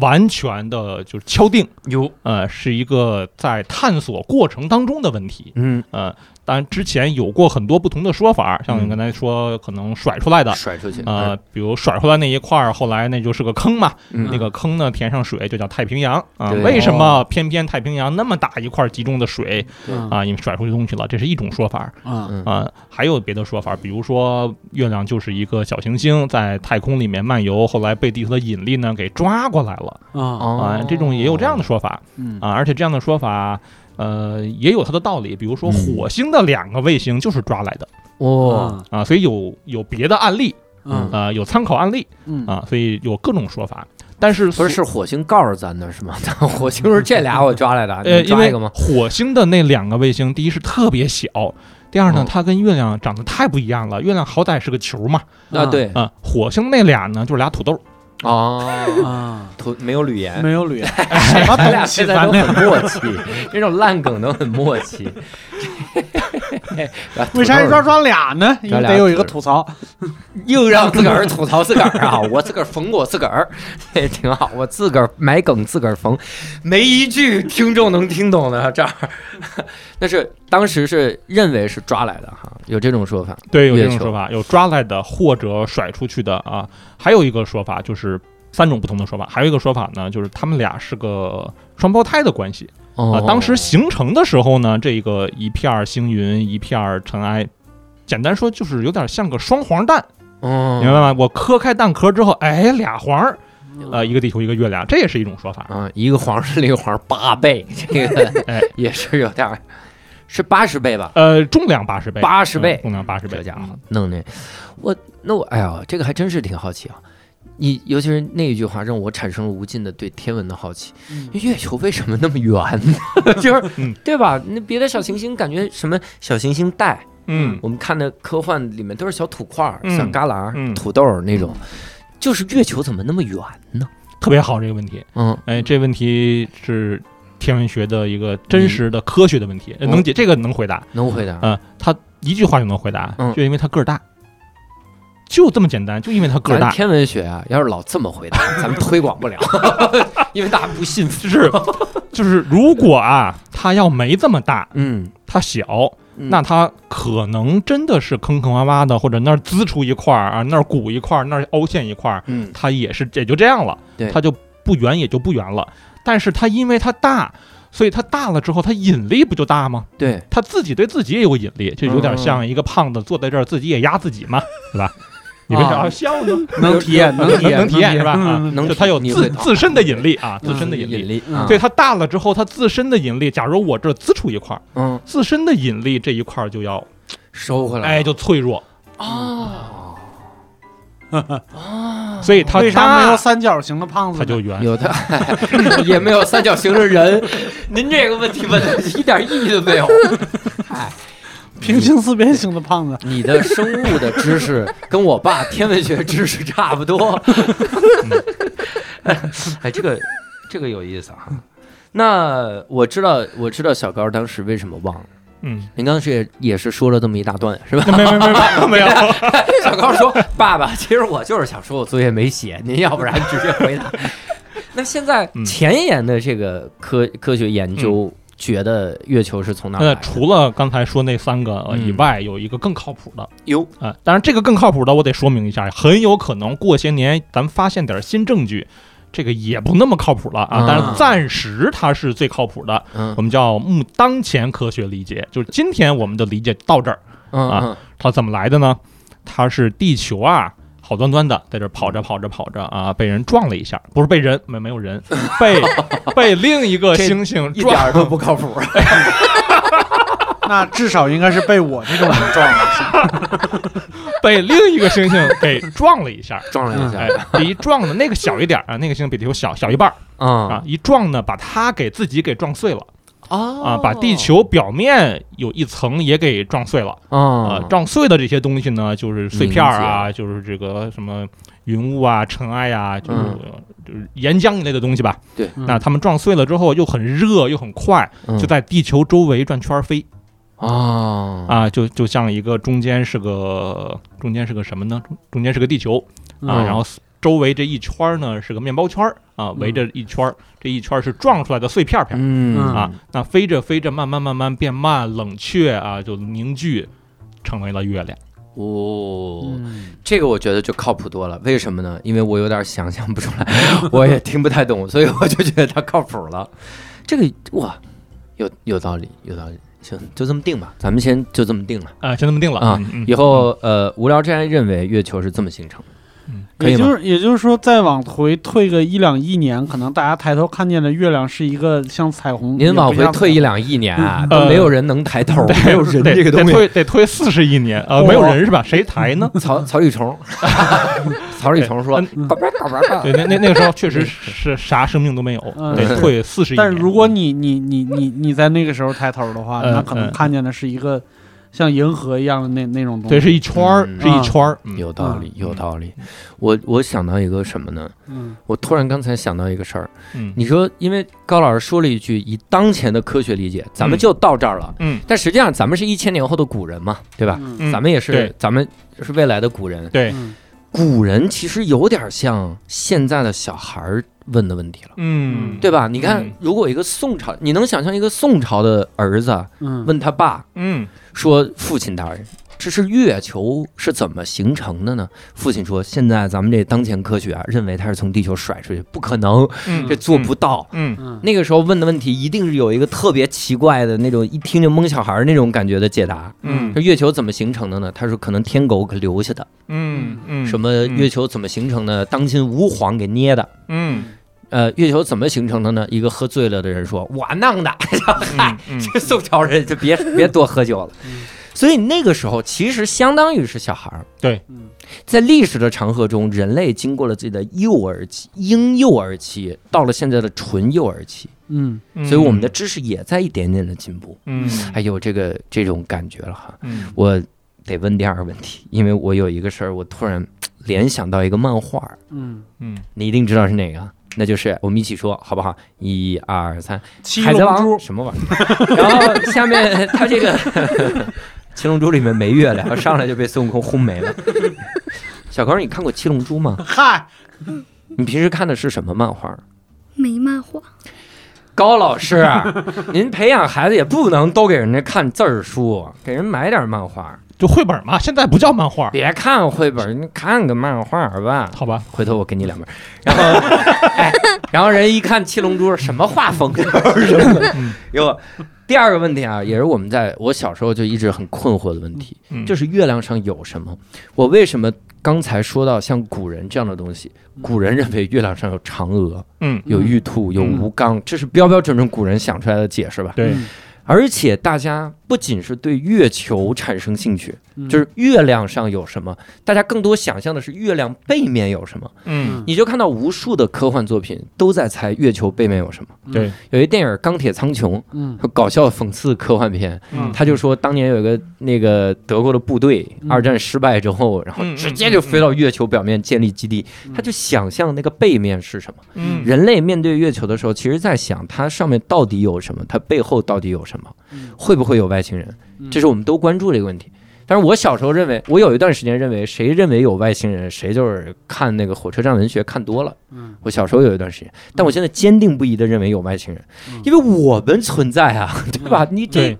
Speaker 3: 完全的就是敲定，
Speaker 1: 有，
Speaker 3: 呃，是一个在探索过程当中的问题。
Speaker 1: 嗯，
Speaker 3: 呃，当然之前有过很多不同的说法，像
Speaker 1: 嗯
Speaker 3: 你刚才说可能甩出来的，
Speaker 1: 甩出去，
Speaker 3: 呃，比如甩出来那一块儿，后来那就是个坑嘛，
Speaker 1: 嗯，
Speaker 3: 那个坑呢填上水就叫太平洋啊、
Speaker 1: 对哦
Speaker 3: 为什么偏偏太平洋那么大一块集中的水
Speaker 2: 嗯
Speaker 3: 啊、因为甩出去东西了，这是一种说法
Speaker 2: 啊
Speaker 1: 嗯
Speaker 3: 啊、还有别的说法，比如说月亮就是一个小行星在太空里面漫游，后来被地球的引力呢给抓过来了
Speaker 2: 啊
Speaker 1: 哦
Speaker 3: 啊、这种也有这样的说法
Speaker 2: 嗯
Speaker 3: 啊、而且这样的说法。呃，也有它的道理，比如
Speaker 1: 嗯
Speaker 3: 说火星的两个卫星就是抓来的
Speaker 1: 哦，
Speaker 3: 啊、所以有有别的案例，
Speaker 2: 嗯
Speaker 3: 啊，有参考案例
Speaker 2: 嗯
Speaker 3: 啊、所以有各种说法。但是
Speaker 1: 不是是火星告诉咱的是吗？ [LAUGHS] 火星是这俩我抓来的，你
Speaker 3: 呃，因
Speaker 1: 抓
Speaker 3: 为
Speaker 1: 一个吗？
Speaker 3: 火星的那两个卫星，第一是特别小，第二呢
Speaker 1: 嗯，
Speaker 3: 它跟月亮长得太不一样了。月亮好歹是个球嘛，
Speaker 1: 啊，对，
Speaker 3: 啊、火星那俩呢就是俩土豆，
Speaker 1: 哦，
Speaker 2: 啊，
Speaker 1: 土没有吕岩，
Speaker 2: 没有
Speaker 1: [LAUGHS]
Speaker 2: 捋，
Speaker 1: 咱俩现在都很默契，这种烂梗都很默契。 [LAUGHS]
Speaker 2: 为啥一抓抓俩呢？因
Speaker 1: 抓俩
Speaker 2: 为得有一个吐槽，
Speaker 1: 硬让自个儿吐槽自个儿啊？我自个儿缝我自个儿，也挺好。我自个儿埋梗自个儿缝，没一句听众能听懂的。这儿，那是当时是认为是抓来的哈，有这种说法。
Speaker 3: 对，有
Speaker 1: 月
Speaker 3: 这种
Speaker 1: 球
Speaker 3: 说法，有抓来的或者甩出去的啊。还有一个说法就是三种不同的说法，还有一个说法呢就是他们俩是个双胞胎的关系啊、
Speaker 1: 哦
Speaker 3: 当时形成的时候呢，这个一片儿星云，一片儿尘埃。简单说就是有点像个双黄蛋，
Speaker 1: 哦，
Speaker 3: 明白吗？我磕开蛋壳之后，哎，俩黄儿，呃，一个地球一个月亮，这也是一种说法。
Speaker 1: 啊，一个黄是另一个黄八
Speaker 3: [LAUGHS]
Speaker 1: 倍，这个
Speaker 3: 哎
Speaker 1: 也是有点儿，是八十倍吧？
Speaker 3: 呃，重量八十倍，
Speaker 1: 八十倍
Speaker 3: 嗯，重量八十倍，
Speaker 1: 这家伙
Speaker 3: 嗯
Speaker 1: 弄那，我那我哎呀，这个还真是挺好奇啊。你尤其是那一句话，让我产生了无尽的对天文的好奇。月球为什么那么圆？ [LAUGHS] 就是、
Speaker 3: 嗯
Speaker 1: 对吧？那别的小行星感觉什么小行星带，
Speaker 3: 嗯，
Speaker 1: 我们看的科幻里面都是小土块儿、
Speaker 3: 嗯
Speaker 1: 小旮旯儿、
Speaker 3: 嗯
Speaker 1: 土豆儿那种，就是月球怎么那么圆呢？
Speaker 3: 特别好这个问题。
Speaker 1: 嗯，
Speaker 3: 哎，这问题是天文学的一个真实的科学的问题，呃
Speaker 1: 嗯
Speaker 3: 能解这个能回答。
Speaker 1: 能回答？
Speaker 3: 嗯，他一句话就能回答
Speaker 1: 啊嗯，
Speaker 3: 就因为他个儿大，就这么简单，就因为他个儿
Speaker 1: 咱
Speaker 3: 大。
Speaker 1: 天文学啊，要是老这么回答，咱们推广不了， [LAUGHS] 因为大家不信服。
Speaker 3: 就是，就是，如果啊，他要没这么大，
Speaker 1: 嗯，
Speaker 3: 他小，
Speaker 1: 嗯
Speaker 3: 那它可能真的是坑坑洼洼的，或者那儿滋出一块儿啊，那儿鼓一块儿，那儿凹陷一块儿，
Speaker 1: 嗯
Speaker 3: 它也是也就这样了
Speaker 1: 对，
Speaker 3: 它就不圆也就不圆了。但是它因为它大，所以它大了之后，它引力不就大吗？
Speaker 1: 对，
Speaker 3: 它自己对自己也有引力，就有点像一个胖子坐在这儿自己也压自己嘛，对吧？你为啥要笑呢？
Speaker 2: 能体验，
Speaker 3: [LAUGHS]
Speaker 2: 能体验，
Speaker 3: 能体验是吧啊
Speaker 2: 嗯
Speaker 1: 能
Speaker 3: 就它有
Speaker 1: 你会
Speaker 3: 自
Speaker 1: 讨
Speaker 3: 自身的引力啊，自
Speaker 2: 嗯
Speaker 3: 身的引
Speaker 1: 引
Speaker 3: 力。
Speaker 1: 力
Speaker 2: 嗯，
Speaker 3: 对，它大了之后，它自身的引力，假如我这儿滋出一块儿，
Speaker 1: 嗯，
Speaker 3: 自身的引力这一块儿就要
Speaker 1: 收回来，
Speaker 3: 哎，就脆弱，嗯
Speaker 1: 哦，
Speaker 3: [LAUGHS] 所以它
Speaker 2: 为啥没有
Speaker 3: 大
Speaker 2: 三角形的胖子呢？
Speaker 3: 它就圆。
Speaker 1: 有的 [LAUGHS] 也没有三角形的人， [LAUGHS] 您这个问题问的一点意义都没有。哎，
Speaker 2: 平行四边形的
Speaker 1: [LAUGHS]
Speaker 2: 胖子，
Speaker 1: 你的生物的知 [LAUGHS] 识跟我爸天文学知识差不多。 [LAUGHS] 哎，这个这个有意思啊。那我知道，我知道小高当时为什么忘了。 [LAUGHS]
Speaker 3: 嗯，
Speaker 1: 您当时也也是说了这么一大段，是吧？
Speaker 3: 没没没没没有，
Speaker 1: [LAUGHS] 小高说：“爸爸，其实我就是想说我作业没写，您要不然直接回答。”那现在 [LAUGHS]
Speaker 3: [LAUGHS] 嗯
Speaker 1: 前沿的这个科科学研究觉得月球是从哪儿来
Speaker 3: 呃，
Speaker 1: 的？
Speaker 3: 除了刚才说那三个呃
Speaker 1: 嗯
Speaker 3: 以外，有一个更靠谱的。
Speaker 1: 有
Speaker 3: 啊，当然这个更靠谱的，我得说明一下，很有可能过些年咱们发现点新证据，这个也不那么靠谱了
Speaker 1: 啊
Speaker 3: 啊。但是暂时它是最靠谱的，
Speaker 1: 嗯
Speaker 3: 我们叫目当前科学理解，就是今天我们的理解到这儿，
Speaker 1: 嗯
Speaker 3: 啊
Speaker 1: 嗯
Speaker 3: 它怎么来的呢？它是地球啊。好端端的，在这儿跑
Speaker 1: 嗯
Speaker 3: 着跑着跑着啊，被人撞了一下，不是被人，没没有
Speaker 1: [LAUGHS]
Speaker 3: 人，被被另一个
Speaker 1: 这
Speaker 3: 星星
Speaker 1: 一
Speaker 3: 撞
Speaker 1: 点儿都不靠谱。
Speaker 2: 那至少应该是被我这种人撞了。
Speaker 3: 被另一个猩猩给撞了一下。
Speaker 1: 撞了一下
Speaker 3: 哎，一撞呢，那个小一点儿啊，那个猩猩比地球小小一半儿
Speaker 1: 啊
Speaker 3: 啊，一撞呢，把它给自己给撞碎了
Speaker 1: 啊
Speaker 3: 啊，
Speaker 2: 哦
Speaker 3: 把地球表面有一层也给撞碎了啊
Speaker 1: 啊。
Speaker 3: 撞碎的这些东西呢，就是碎片儿啊，就是这个什么云雾啊、尘埃啊，就是
Speaker 1: 嗯
Speaker 3: 就是岩浆一类的东西吧。
Speaker 1: 对
Speaker 2: 嗯
Speaker 3: 那它们撞碎了之后又很热又很快，
Speaker 1: 嗯
Speaker 3: 就在地球周围转圈儿飞
Speaker 1: 啊
Speaker 3: 啊，就就像一个中间是个中间是个什么呢？中中间是个地球，啊，
Speaker 1: 嗯
Speaker 3: 然后周围这一圈儿呢是个面包圈儿啊，围着一圈儿，这一圈儿是撞出来的碎片片儿。
Speaker 1: 嗯
Speaker 3: 啊，那飞着飞着，慢慢慢慢变慢，冷却啊，就凝聚，成为了月亮。
Speaker 1: 哦，
Speaker 2: 嗯
Speaker 1: 这个我觉得就靠谱多了。为什么呢？因为我有点想象不出来，我也听不太懂，所以我就觉得它靠谱了。这个哇，有有道理，有道理。行，就这么定吧，咱们先就这么定了。
Speaker 3: 啊，先这么定了
Speaker 1: 啊
Speaker 3: 嗯嗯 [LAUGHS]
Speaker 1: 以后呃，无聊斋认为月球是这么形成的，
Speaker 3: 嗯
Speaker 1: 可以
Speaker 2: 也
Speaker 1: 吗？
Speaker 2: 就是也就是说，再往回退个一两亿年，可能大家抬头看见的月亮是一个像彩虹。
Speaker 1: 您往回退一
Speaker 2: 两，
Speaker 1: 两亿年啊，
Speaker 3: 呃
Speaker 1: 都没有人能抬头，没有人
Speaker 3: 得
Speaker 1: 这个东西。
Speaker 3: 得推得推四十亿年啊，没有人是吧？谁抬呢？
Speaker 1: 草草履虫， [LAUGHS] 草履虫说
Speaker 3: 嗯：“
Speaker 1: 呱呱呱呱呱
Speaker 3: 对，那那那个时候确实是啥生命都没有，
Speaker 2: 嗯
Speaker 3: 得退四十亿年。
Speaker 2: 但是如果你你你你你在那个时候抬头的话，
Speaker 3: 嗯
Speaker 2: 那可能
Speaker 3: 嗯
Speaker 2: 看见的是一个像银河一样的那那种东
Speaker 3: 对
Speaker 2: 西。
Speaker 3: 是一圈儿，
Speaker 1: 嗯
Speaker 3: 是一圈儿，嗯
Speaker 1: 有道理，有道理。我我想到一个什么呢？
Speaker 2: 嗯，
Speaker 1: 我突然刚才想到一个事儿，
Speaker 3: 嗯
Speaker 1: 你说，因为高老师说了一句，以当前的科学理解，咱们
Speaker 3: 嗯
Speaker 1: 就到这儿了。
Speaker 3: 嗯
Speaker 1: 但实际上，咱们是一千年后的古人嘛，对吧？
Speaker 2: 嗯
Speaker 3: 嗯，
Speaker 1: 咱们也是
Speaker 3: 对，
Speaker 1: 咱们是未来的古人。
Speaker 3: 对，
Speaker 2: 嗯
Speaker 1: 古人其实有点像现在的小孩儿问的问题了，
Speaker 3: 嗯
Speaker 1: 对吧？你看
Speaker 3: 嗯，
Speaker 1: 如果一个宋朝，你能想象一个宋朝的儿子
Speaker 2: 嗯，
Speaker 1: 问他爸，
Speaker 3: 嗯
Speaker 1: 说父亲大人，这是月球是怎么形成的呢？父亲说，现在咱们这当前科学啊，认为它是从地球甩出去，不可能，
Speaker 3: 嗯，
Speaker 1: 这做不到。
Speaker 3: 嗯，嗯，
Speaker 2: 嗯
Speaker 1: 那个时候问的问题，一定是有一个特别奇怪的那种，一听就蒙小孩儿那种感觉的解答。
Speaker 3: 嗯
Speaker 1: 这月球怎么形成的呢？他说可能天狗给留下的，
Speaker 3: 嗯嗯，
Speaker 1: 什么月球怎么形成的？当今吾皇给捏的。
Speaker 3: 嗯？
Speaker 1: 呃，月球怎么形成的呢？一个喝醉了的人说：“我弄的。” [LAUGHS] 嗨
Speaker 3: 嗯，
Speaker 1: [LAUGHS]
Speaker 3: 嗯
Speaker 1: 这宋朝人就
Speaker 3: [LAUGHS]
Speaker 1: 别别多喝酒了
Speaker 2: 嗯。
Speaker 1: 所以那个时候其实相当于是小孩儿。
Speaker 3: 对
Speaker 2: 嗯，
Speaker 1: 在历史的长河中，人类经过了自己的幼儿期、婴幼儿期，到了现在的纯幼儿期，
Speaker 2: 嗯
Speaker 3: 嗯
Speaker 1: 所以我们的知识也在一点点的进步。
Speaker 3: 嗯
Speaker 1: 哎呦，这个这种感觉了哈，
Speaker 3: 嗯
Speaker 1: 我得问第二个问题，因为我有一个事儿，我突然联想到一个漫画儿，
Speaker 2: 嗯，
Speaker 3: 嗯，
Speaker 1: 你一定知道是哪个。啊那就是我们一起说好不好？一二三，
Speaker 2: 七
Speaker 1: 海贼
Speaker 2: 龙
Speaker 1: 王
Speaker 2: 珠
Speaker 1: 什么玩意儿？ [LAUGHS] 然后下面他这 [LAUGHS] 个七龙珠里面没月亮，上来就被孙悟空轰没了。小高，你看过七龙珠吗？
Speaker 2: 嗨，
Speaker 1: 你平时看的是什么漫画？
Speaker 4: 没漫画，
Speaker 1: 高老 [LAUGHS] 师，您培养孩子也不能都给人家看字儿书，给人买点漫画。
Speaker 3: 就绘本嘛，现在不叫漫画，
Speaker 1: 别看绘本，你看个漫画吧。
Speaker 3: 好吧？
Speaker 1: 回头我给你两本。然后， [LAUGHS] 哎，然后人一看《七龙珠》，什么画 [LAUGHS] 风？
Speaker 3: 嗯
Speaker 1: [LAUGHS] 有第二个问题啊，也是我们在我小时候就一直很困惑的问题，
Speaker 3: 嗯
Speaker 1: 就是月亮上有什么？我为什么刚才说到像古人这样的东西？古人认为月亮上有嫦娥、
Speaker 3: 嗯，
Speaker 1: 有玉兔、有吴刚，这是标标准准古人想出来的解释吧？
Speaker 3: 对，
Speaker 1: 而且大家不仅是对月球产生兴趣，
Speaker 2: 嗯
Speaker 1: 就是月亮上有什么，大家更多想象的是月亮背面有什么。
Speaker 3: 嗯
Speaker 1: 你就看到无数的科幻作品都在猜月球背面有什么。
Speaker 3: 嗯对，
Speaker 1: 有一电影《钢铁苍穹
Speaker 2: 嗯》，
Speaker 1: 搞笑讽刺科幻片，
Speaker 3: 嗯
Speaker 1: 他就说当年有一个那个德国的部队，
Speaker 2: 嗯
Speaker 1: 二战失败之后，然后
Speaker 3: 嗯嗯
Speaker 1: 直接就飞到月球表面建立基地，
Speaker 2: 嗯
Speaker 1: 他就想象那个背面是什么。
Speaker 3: 嗯
Speaker 1: 人类面对月球的时候，其实在想它上面到底有什么，它背后到底有什么
Speaker 2: 嗯，
Speaker 1: 会不会有外星人？这是我们都关注的一个问题。但是我小时候认为，我有一段时间认为，谁认为有外星人，谁就是看那个火车站文学看多了。
Speaker 2: 嗯
Speaker 1: 我小时候有一段时间，但我现在坚定不移的认为有外星人
Speaker 2: 嗯，
Speaker 1: 因为我们存在啊，对吧？你这
Speaker 3: 对，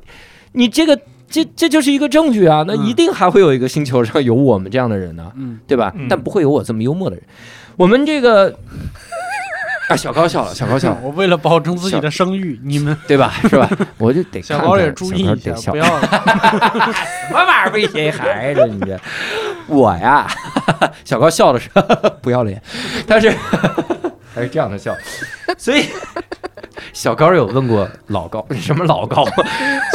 Speaker 1: 你这个这这就是一个证据啊，那
Speaker 2: 嗯
Speaker 1: 一定还会有一个星球上有我们这样的人呢、
Speaker 2: 嗯
Speaker 1: 对吧
Speaker 3: 嗯？
Speaker 1: 但不会有我这么幽默的人。我们这个
Speaker 2: [LAUGHS]
Speaker 1: 啊，小高笑了，小高笑了，
Speaker 2: 我为了保证自己的声誉，你们
Speaker 1: 对吧？是吧？我就得
Speaker 2: 小
Speaker 1: 看
Speaker 2: 高
Speaker 1: 看
Speaker 2: 也注
Speaker 1: 小
Speaker 2: 意
Speaker 1: 高
Speaker 2: 一
Speaker 1: 得笑
Speaker 2: 下，不要
Speaker 1: 什么玩意儿威 [LAUGHS] 胁孩子？你这我呀， [LAUGHS] 小高笑的是不要脸，但是他是这样的笑，所以小高有问过老高什么老高？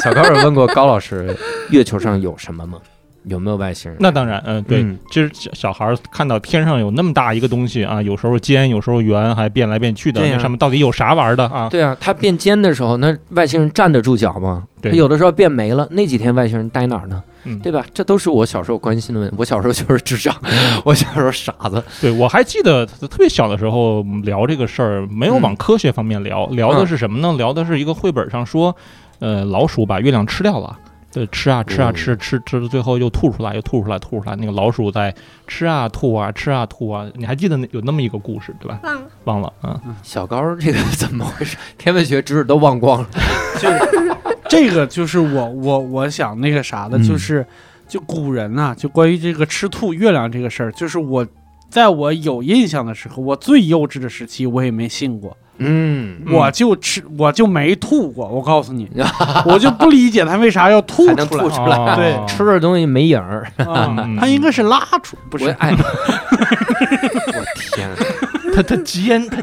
Speaker 1: 小高有问过高老师，月球上有什么吗？有没有外星人？
Speaker 3: 那当然，嗯，对
Speaker 1: 嗯，
Speaker 3: 其实小小孩儿看到天上有那么大一个东西啊，有时候尖，有时候圆，还变来变去的，
Speaker 1: 对呀
Speaker 3: 那上面到底有啥玩儿的啊？
Speaker 1: 对啊，他变尖的时候，那外星人站得住脚吗？他
Speaker 3: 对
Speaker 1: 有的时候变没了，那几天外星人待哪儿呢？
Speaker 3: 嗯
Speaker 1: 对吧？这都是我小时候关心的问题。我小时候就是智障，我小时候傻子，
Speaker 3: 对，我还记得特别小的时候聊这个事儿，没有往科学
Speaker 1: 嗯
Speaker 3: 方面聊，聊的是什么呢？聊的是一个绘本上说，呃，老鼠把月亮吃掉了。对，吃啊吃啊
Speaker 1: 嗯
Speaker 3: 吃吃吃，到最后又吐出来，又吐出来，吐出来。那个老鼠在吃啊吐啊吃啊吐啊，你还记得那有那么一个故事对吧？
Speaker 4: 忘了，
Speaker 3: 忘了啊，
Speaker 1: 小高这个怎么回事？ [LAUGHS] 天文学知识都忘光了。
Speaker 2: 这个就是我我我想那个啥的，
Speaker 3: 嗯
Speaker 2: 就是就古人呐、就关于这个吃吐月亮这个事儿，就是我在我有印象的时候，我最幼稚的时期，我也没信过，
Speaker 1: 嗯，
Speaker 3: 嗯
Speaker 2: 我就吃，我就没吐过。我
Speaker 1: [LAUGHS]
Speaker 2: 告诉你，我就不理解他为啥要吐
Speaker 1: 还能
Speaker 2: 出来啊
Speaker 1: 吐出来，
Speaker 3: 哦
Speaker 2: 对
Speaker 1: [LAUGHS] 吃着东西没影儿。
Speaker 2: 啊
Speaker 3: 嗯？
Speaker 2: 他应该是拉出，不
Speaker 1: 我
Speaker 2: 是？
Speaker 1: 哎， [LAUGHS] 我天啊！
Speaker 3: 他他尖他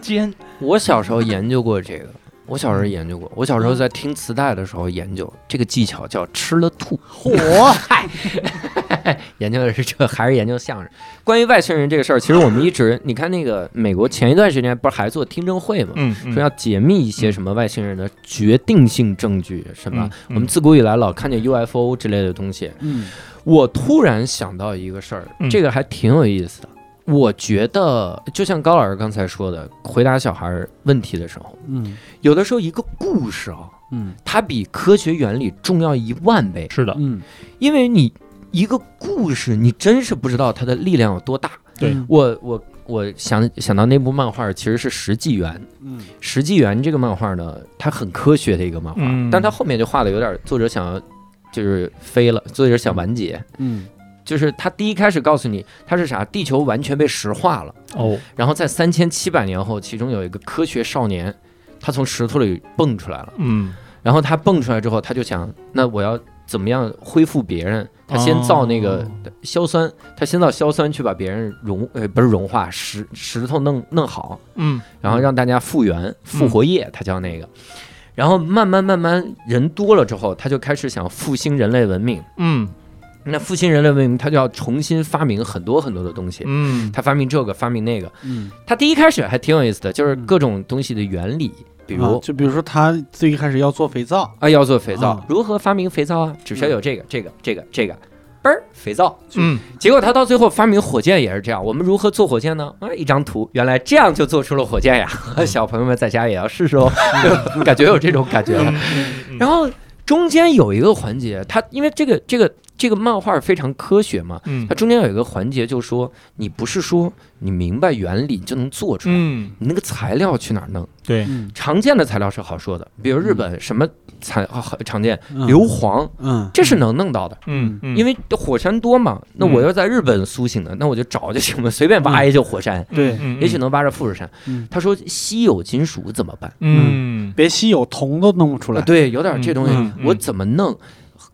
Speaker 3: 尖，
Speaker 1: 我小时候研究过这个，我小时候研究过，我小时候在听磁带的时候研究这个技巧，叫吃了吐。 [LAUGHS]
Speaker 2: 嚯，
Speaker 1: 研究的是这，还是研究相声？关于外星人这个事儿，其实我们一 [LAUGHS] 直，你看那个美国前一段时间不是还做听证会吗？
Speaker 3: 嗯，
Speaker 1: 说要解密一些什么外星人的决定性证据，什么
Speaker 3: 嗯？
Speaker 1: 我
Speaker 3: 嗯
Speaker 1: 们自古以来老看见 UFO 之类的东西。
Speaker 2: 嗯，
Speaker 1: 我突然想到一个事儿，
Speaker 3: 嗯
Speaker 1: 这个还挺有意思的。我觉得，就像高老师刚才说的，回答小孩儿问题的时候，
Speaker 2: 嗯
Speaker 1: 有的时候一个故事啊，
Speaker 2: 嗯
Speaker 1: 它比科学原理重要一万倍，
Speaker 3: 是的，
Speaker 2: 嗯，
Speaker 1: 因为你一个故事，你真是不知道它的力量有多大。
Speaker 3: 对
Speaker 2: 嗯
Speaker 1: 我我我想想到那部漫画其实是《石纪元》，
Speaker 2: 嗯
Speaker 1: 《石纪元》这个漫画呢，它很科学的一个漫画，
Speaker 3: 嗯
Speaker 1: 但它后面就画的有点作者想要就是飞了，作者想完结，
Speaker 2: 嗯
Speaker 1: 就是他第一开始告诉你它是啥，地球完全被石化了，
Speaker 3: 哦，
Speaker 1: 然后在三千七百年后，其中有一个科学少年，他从石头里蹦出来了，
Speaker 3: 嗯
Speaker 1: 然后他蹦出来之后，他就想，那我要怎么样恢复别人？他先造那个硝酸，他先造硝酸去把别人融呃不是融化石石头弄弄好，
Speaker 3: 嗯
Speaker 1: 然后让大家复原、复活液，它叫那个。然后慢慢慢慢人多了之后，他就开始想复兴人类文明。
Speaker 3: 嗯
Speaker 1: 那复兴人类文明，他就要重新发明很多很多的东西。
Speaker 3: 嗯，
Speaker 1: 他发明这个，发明那个。
Speaker 2: 嗯，
Speaker 1: 他第一开始还挺有意思的，就是
Speaker 2: 嗯
Speaker 1: 各种东西的原理，比如
Speaker 2: 啊就比如说他最一开始要做肥皂，
Speaker 1: 啊，要做肥皂，
Speaker 2: 啊嗯
Speaker 1: 如何发明肥皂啊？只需要有这个、这个、这个、这个，嘣儿，肥皂。
Speaker 3: 嗯
Speaker 1: 结果他到最后发明火箭也是这样。我们如何做火箭呢？啊，一张图，原来这样就做出了火箭呀！[LAUGHS]
Speaker 2: 嗯
Speaker 1: 小朋友们在家也要试试哦， [LAUGHS] 感觉有这种感觉
Speaker 2: 嗯
Speaker 1: 了。
Speaker 3: 嗯
Speaker 1: 然后中间有一个环节，他因为这个这个这个漫画非常科学嘛，
Speaker 3: 嗯
Speaker 1: 它中间有一个环节就说，你不是说你明白原理就能做出来，
Speaker 3: 嗯，
Speaker 1: 你那个材料去哪儿弄？
Speaker 3: 对，
Speaker 2: 嗯，
Speaker 1: 常见的材料是好说的，
Speaker 3: 嗯
Speaker 1: 比如日本什么材、啊很常见，
Speaker 2: 嗯
Speaker 1: 硫磺，
Speaker 2: 嗯
Speaker 1: 这是能弄到的。
Speaker 3: 嗯嗯，
Speaker 1: 因
Speaker 3: 为
Speaker 1: 为火山多嘛，那我
Speaker 3: 嗯
Speaker 1: 要在日本苏醒的，那我就找就行了，随便挖一就火山，
Speaker 3: 嗯
Speaker 2: 对，
Speaker 1: 也许能挖着富士山。
Speaker 2: 嗯
Speaker 1: 他说稀有金属怎么办？
Speaker 3: 嗯
Speaker 2: 别稀有铜都弄不出
Speaker 1: 啊
Speaker 2: 来，
Speaker 1: 对，有点这东西，
Speaker 3: 嗯嗯
Speaker 1: 我怎么弄？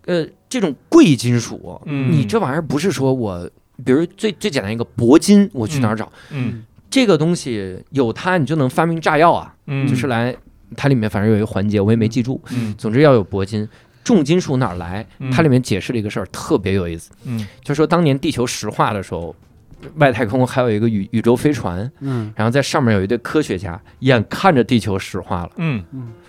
Speaker 1: 呃，这种贵金属，
Speaker 3: 嗯
Speaker 1: 你这玩意儿不是说我，比如最最简单一个铂金，我去哪儿找？
Speaker 3: 嗯
Speaker 1: 这个东西有它，你就能发明炸药啊，
Speaker 3: 嗯，
Speaker 1: 就是来它里面反正有一个环节我也没记住，
Speaker 3: 嗯
Speaker 1: 总之要有铂金。重金属哪儿来？
Speaker 3: 嗯
Speaker 1: 它里面解释了一个事儿，特别有意思，
Speaker 3: 嗯
Speaker 1: 就说当年地球石化的时候，外太空还有一个宇宇宙飞船，
Speaker 2: 嗯
Speaker 1: 然后在上面有一对科学家，眼看着地球石化了，
Speaker 3: 嗯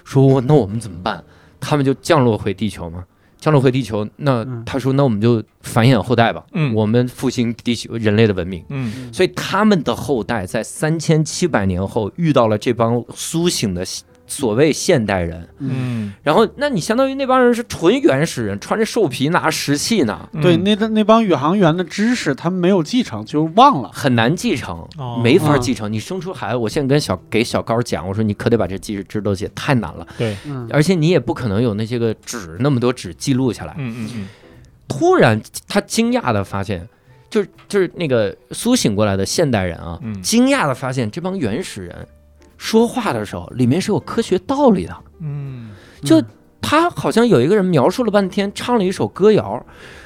Speaker 1: 说那我们怎么办？他们就降落回地球嘛。降落回地球，那
Speaker 2: 嗯
Speaker 1: 他说：“那我们就繁衍后代吧，
Speaker 3: 嗯
Speaker 1: 我们复兴地球人类的文明。
Speaker 3: 嗯”
Speaker 1: 所以他们的后代在三千七百年后遇到了这帮苏醒的所谓现代人，
Speaker 3: 嗯，
Speaker 1: 然后那你相当于那帮人是纯原始人，穿着兽皮拿石器呢，
Speaker 3: 嗯
Speaker 2: 对，那那帮宇航员的知识他们没有继承，就忘了。
Speaker 1: 很难继承
Speaker 3: 哦，
Speaker 1: 没法
Speaker 2: 啊
Speaker 1: 继承。你生出孩子，我现在跟小给小高讲，我说你可得把这知识知道些，太难了，
Speaker 3: 对，
Speaker 2: 嗯
Speaker 1: 而且你也不可能有那些个纸那么多纸记录下来。
Speaker 3: 嗯嗯
Speaker 1: 突然，他惊讶的发现，就是就是那个苏醒过来的现代人啊，
Speaker 3: 嗯
Speaker 1: 惊讶的发现这帮原始人说话的时候，里面是有科学道理的。
Speaker 3: 嗯
Speaker 1: 就他好像有一个人描述了半天，唱了一首歌谣，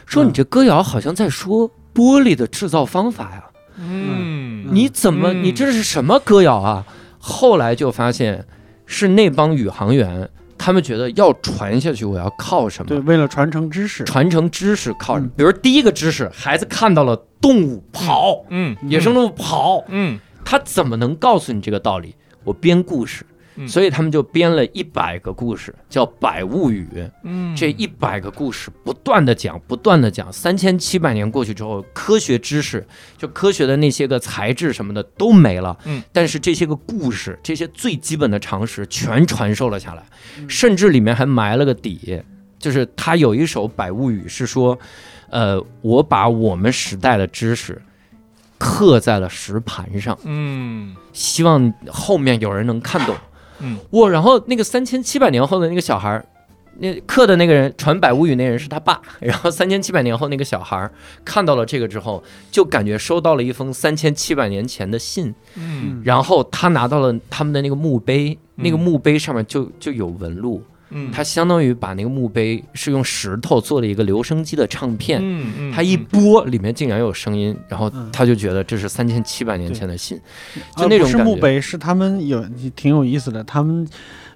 Speaker 1: 说
Speaker 2: 嗯
Speaker 1: 你这歌谣好像在说玻璃的制造方法呀，
Speaker 3: 嗯
Speaker 2: 嗯
Speaker 1: 你怎么
Speaker 3: 嗯
Speaker 1: 你这是什么歌谣啊？后来就发现是那帮宇航员，他们觉得要传下去，我要靠什么？
Speaker 2: 对，为了传承知识，
Speaker 1: 传承知识靠什么
Speaker 2: 嗯？
Speaker 1: 比如第一个知识，孩子看到了动物跑，
Speaker 3: 嗯
Speaker 1: 野生动物跑，
Speaker 3: 嗯
Speaker 1: 他怎么能告诉你这个道理？我编故事
Speaker 3: 嗯，
Speaker 1: 所以他们就编了一百个故事，叫《百物语》。
Speaker 3: 嗯
Speaker 1: 这一百个故事不断的讲，不断的讲，三千七百年过去之后，科学知识就科学的那些个材质什么的都没了，
Speaker 3: 嗯，
Speaker 1: 但是这些个故事，这些最基本的常识全传授了下来，甚至里面还埋了个底，就是他有一首《百物语》，是说，呃，我把我们时代的知识刻在了石盘上，
Speaker 3: 嗯
Speaker 1: 希望后面有人能看懂。
Speaker 3: 嗯，
Speaker 1: 我然后那个三千七百年后的那个小孩儿，那刻的那个人传《百物语》那人是他爸，然后三千七百年后那个小孩儿看到了这个之后，就感觉收到了一封三千七百年前的信，
Speaker 3: 嗯
Speaker 1: 然后他拿到了他们的那个墓碑，
Speaker 3: 嗯
Speaker 1: 那个墓碑上面就就有纹路，
Speaker 3: 嗯，
Speaker 1: 他相当于把那个墓碑是用石头做了一个留声机的唱片。
Speaker 3: 嗯嗯，
Speaker 1: 他一
Speaker 3: 嗯
Speaker 1: 播，里面竟然有声音，然后
Speaker 2: 嗯
Speaker 1: 他就觉得这是三千七百年前的信，就
Speaker 2: 呃
Speaker 1: 那种
Speaker 2: 不是
Speaker 1: 感
Speaker 2: 墓
Speaker 1: 觉
Speaker 2: 碑，是他们有挺有意思的。他们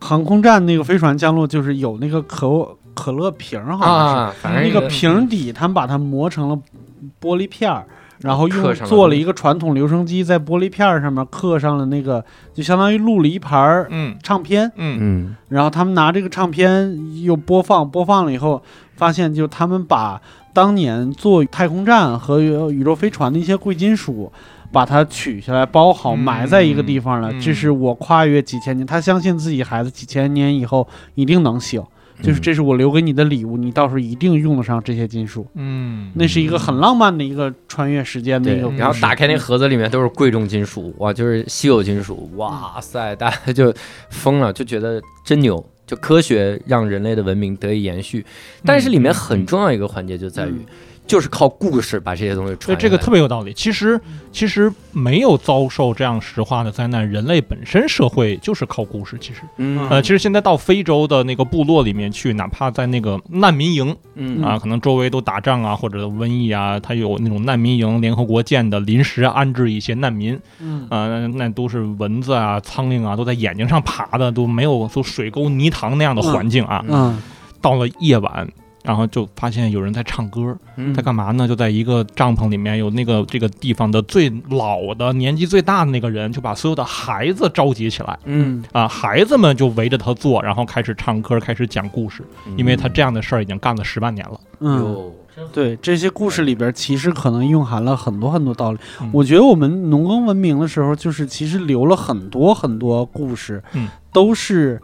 Speaker 2: 航空站那个飞船降落，就是有那个可可乐瓶儿，好像是、
Speaker 1: 啊，反正
Speaker 2: 那
Speaker 1: 一个
Speaker 2: 个瓶底，他们把它磨成了玻璃片儿，然后
Speaker 1: 刻
Speaker 2: 用
Speaker 1: 上了
Speaker 2: 做了一个传统留声机，在玻璃片儿上面刻上了那个，就相当于录了一盘儿
Speaker 3: 嗯
Speaker 2: 唱片，
Speaker 3: 嗯
Speaker 1: 嗯，
Speaker 2: 然后他们拿这个唱片又播放，播放了以后，发现就他们把当年做太空站和宇宙飞船的一些贵金属，把它取下来包好，
Speaker 3: 嗯
Speaker 2: 埋在一个地方了。
Speaker 3: 嗯
Speaker 2: 这是我跨越几千年，他相信自己孩子几千年以后一定能醒，就是这是我留给你的礼物，你到时候一定用得上这些金属。
Speaker 3: 嗯，
Speaker 2: 那是一个很浪漫的一个穿越时间的一
Speaker 1: 对
Speaker 2: 个故，事。
Speaker 1: 然后打开那盒子，里面都是贵重金属，哇，就是稀有金属，
Speaker 3: 嗯
Speaker 1: 哇塞，大家就疯了，就觉得真牛，就科学让人类的文明得以延续。但
Speaker 3: 嗯
Speaker 1: 是里面很重要一个环节就在于，
Speaker 2: 嗯
Speaker 1: 就是靠故事把这些东西
Speaker 3: 对
Speaker 1: 传下来。
Speaker 3: 这个特别有道理。其实，其实没有遭受这样石化的灾难，人类本身社会就是靠故事。其实，
Speaker 1: 嗯，
Speaker 3: 呃，其实现在到非洲的那个部落里面去，哪怕在那个难民营
Speaker 1: 嗯
Speaker 3: 啊，可能周围都打仗啊，或者瘟疫啊，它有那种难民营，联合国建的，临时安置一些难民
Speaker 2: 嗯
Speaker 3: 啊、那那都是蚊子啊、苍蝇啊，都在眼睛上爬的，都没有都水沟泥塘那样的环境啊。
Speaker 2: 嗯
Speaker 3: 到了夜晚。然后就发现有人在唱歌，
Speaker 1: 嗯
Speaker 3: 他干嘛呢？就在一个帐篷里面，有那个这个地方的最老的、年纪最大的那个人，就把所有的孩子召集起来
Speaker 1: 嗯，
Speaker 3: 啊，孩子们就围着他坐，然后开始唱歌，开始讲故事，因为他这样的事儿已经干了十万年了。
Speaker 2: 嗯。
Speaker 1: 嗯哟
Speaker 2: 对这些故事里边，其实可能蕴含了很多很多道理。
Speaker 3: 嗯
Speaker 2: 我觉得我们农耕文明的时候，就是其实留了很多很多故事，
Speaker 3: 嗯
Speaker 2: 都是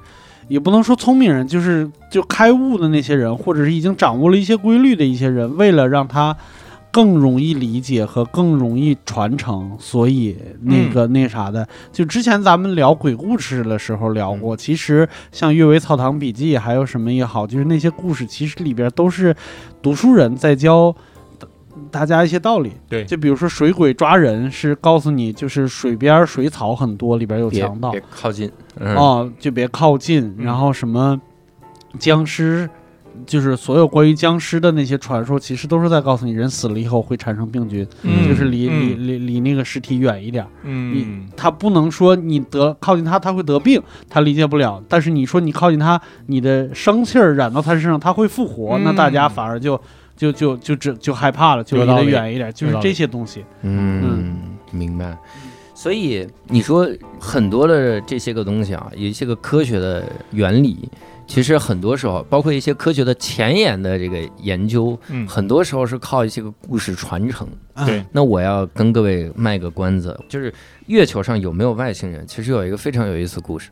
Speaker 2: 也不能说聪明人，就是就开悟的那些人，或者是已经掌握了一些规律的一些人，为了让他更容易理解和更容易传承，所以那
Speaker 3: 嗯
Speaker 2: 个、那啥的，就之前咱们聊鬼故事的时候聊
Speaker 3: 嗯
Speaker 2: 过，其实像《阅微草堂笔记》还有什么也好，就是那些故事，其实里边都是读书人在教大大家一些道理。
Speaker 3: 对
Speaker 2: 就比如说水鬼抓人，是告诉你就是水边儿水草很多，里边有
Speaker 1: 别
Speaker 2: 强盗
Speaker 1: 别靠近，嗯，
Speaker 2: 哦，就别靠近。
Speaker 3: 嗯
Speaker 2: 然后什么僵尸，就是所有关于僵尸的那些传说，其实都是在告诉你，人死了以后会产生病菌，
Speaker 1: 嗯
Speaker 2: 就是离
Speaker 3: 嗯
Speaker 2: 离离离那个尸体远一点儿。
Speaker 3: 嗯
Speaker 2: 他不能说你得靠近他他会得病，他理解不了。但是你说你靠近他，你的生气儿染到他身上，他会复活，
Speaker 3: 嗯
Speaker 2: 那大家反而就就就就只就害怕了，就
Speaker 3: 有
Speaker 2: 离
Speaker 3: 道
Speaker 2: 得
Speaker 3: 理
Speaker 2: 远一点，就是
Speaker 3: 有道理
Speaker 2: 这些东西。
Speaker 1: 嗯，明白。所以你说很多的这些个东西啊，有一些个科学的原理，其实很多时候，包括一些科学的前沿的这个研究，
Speaker 3: 嗯，
Speaker 1: 很多时候是靠一些个故事传承。
Speaker 3: 对，
Speaker 1: 那我要跟各位卖个关子，就是月球上有没有外星人？其实有一个非常有意思的故事，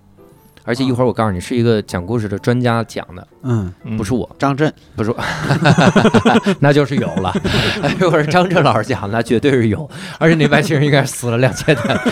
Speaker 1: 而且一会儿我告诉你，是一个讲故事的专家讲的，
Speaker 2: 嗯，
Speaker 3: 嗯
Speaker 1: 不是我，
Speaker 2: 张震，
Speaker 1: 不是，那就是有
Speaker 5: [LAUGHS]
Speaker 1: 了。哎如果是张震老师讲，那绝对是有，而且那外星人应该是死了两千年。
Speaker 5: [LAUGHS]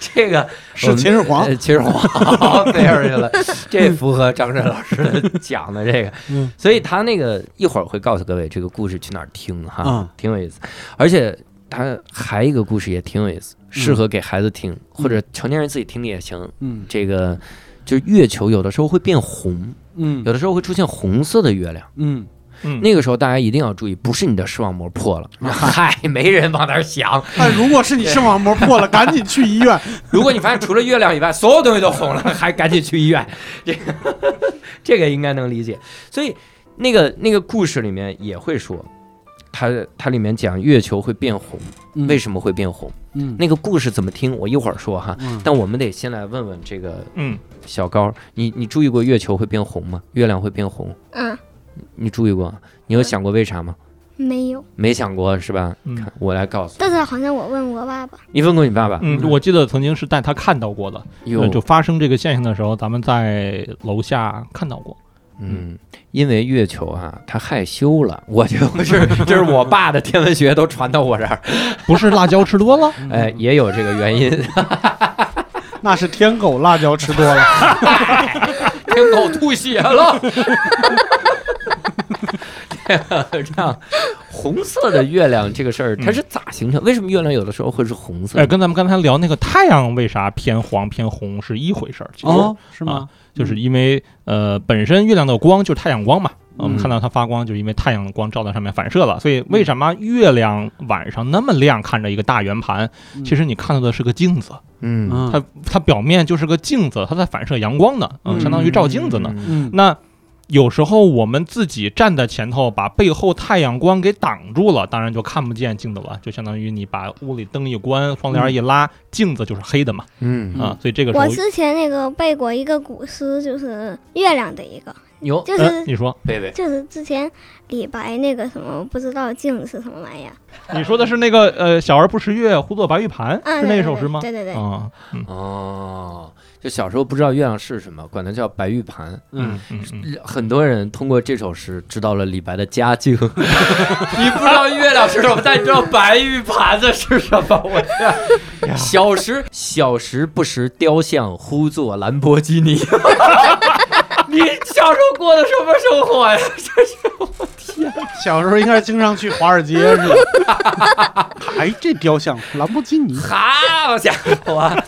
Speaker 1: 这个我
Speaker 5: 是
Speaker 1: 们
Speaker 5: 秦始皇
Speaker 1: 呃，秦始皇 [LAUGHS] 飞上去了，这符合张震老师的讲的这个，
Speaker 2: 嗯
Speaker 1: 所以他那个一会儿会告诉各位这个故事去哪儿听哈，
Speaker 2: 嗯
Speaker 1: 挺有意思。而且他还一个故事也挺有意思，适合给孩子听，
Speaker 5: 嗯
Speaker 1: 或者成年人自己听的也行。
Speaker 2: 嗯
Speaker 1: 这个就是月球有的时候会变红，
Speaker 2: 嗯
Speaker 1: 有的时候会出现红色的月亮。
Speaker 2: 嗯，
Speaker 3: 嗯
Speaker 1: 那个时候大家一定要注意，不是你的视网膜破了，嗨，没人往那儿想。
Speaker 2: 哎，如果是你视网膜破了，赶紧去医院。
Speaker 1: 如果你发现除了月亮以外，所有东西都红了，还赶紧去医院。这个 [LAUGHS] 这个应该能理解。所以那个那个故事里面也会说，它它里面讲月球会变红，为什么会变红？
Speaker 2: 嗯
Speaker 1: 那个故事怎么听？我一会儿说哈。
Speaker 2: 嗯
Speaker 1: 但我们得先来问问这个
Speaker 3: 嗯
Speaker 1: 小高，你你注意过月球会变红吗？月亮会变红，
Speaker 4: 嗯，
Speaker 1: 你注意过？你有想过为啥吗？
Speaker 4: 没有，
Speaker 1: 没想过是吧？
Speaker 3: 嗯
Speaker 1: 看我来告诉
Speaker 4: 但是好像我问我爸爸，
Speaker 1: 你，你问过你爸爸？
Speaker 3: 嗯，我记得曾经是带他看到过的，
Speaker 1: 有
Speaker 3: 呃就发生这个现象的时候，咱们在楼下看到过。
Speaker 1: 嗯，因为月球啊，它害羞了， [LAUGHS] 我就是就是我爸的天文学都传到我这儿，
Speaker 3: 不是辣椒吃多了？
Speaker 2: 嗯
Speaker 1: 哎，也有这个原
Speaker 3: [LAUGHS]
Speaker 1: 因。
Speaker 2: 那是天狗辣椒吃多了。
Speaker 1: 天狗吐血了。 [LAUGHS] 这样，红色的月亮这个事儿，它是咋形成？为什么月亮有的时候会是红色
Speaker 3: 嗯哎，？跟咱们刚才聊那个太阳为啥偏黄偏红是一回事儿，其实、
Speaker 2: 哦，是
Speaker 3: 吗
Speaker 2: 吗？
Speaker 3: 就是因为呃本身月亮的光就是太阳光嘛，我们
Speaker 1: 嗯
Speaker 3: 看到它发光就是因为太阳的光照到上面反射了，所以为什么月亮晚上那么亮，看着一个大圆盘，
Speaker 2: 嗯
Speaker 3: 其实你看到的是个镜子，
Speaker 1: 嗯，
Speaker 2: 嗯
Speaker 3: 它它表面就是个镜子，它在反射阳光呢，嗯，
Speaker 2: 嗯
Speaker 3: 相当于照镜子呢。
Speaker 1: 嗯。
Speaker 2: 嗯
Speaker 3: 那有时候我们自己站在前头，把背后太阳光给挡住了，当然就看不见镜子了，就相当于你把屋里灯一关，窗帘一拉，镜子就是黑的嘛，
Speaker 1: 嗯，
Speaker 3: 啊，所以这个时
Speaker 4: 我
Speaker 3: 候，
Speaker 4: 之前那个背过一个古诗，就是月亮的一个，
Speaker 1: 牛
Speaker 4: 就是、
Speaker 3: 呃，你说，
Speaker 1: 贝贝，
Speaker 4: 就是之前李白那个什么不知道镜子是什么玩意儿，
Speaker 3: 你说的是那个呃，小儿不识月，呼作白玉盘，
Speaker 4: 啊，
Speaker 3: 是
Speaker 4: 对
Speaker 3: 那
Speaker 4: 对
Speaker 3: 首
Speaker 4: 对
Speaker 3: 诗吗？
Speaker 4: 对对对，
Speaker 3: 啊，嗯
Speaker 1: 哦，就小时候不知道月亮是什么，管它叫白玉盘。
Speaker 3: 嗯嗯嗯，
Speaker 1: 很多人通过这首诗知道了李白的家境。 [LAUGHS] 你不知道月亮是什么，但你知道白玉盘子是什么。我天，小时小时不识雕像，呼作兰博基尼。 [LAUGHS] 你小时候过的什么生活呀？
Speaker 2: 小时候应该是经常去华尔街是吧？哎，这雕像兰博基尼，
Speaker 1: 好家伙，啊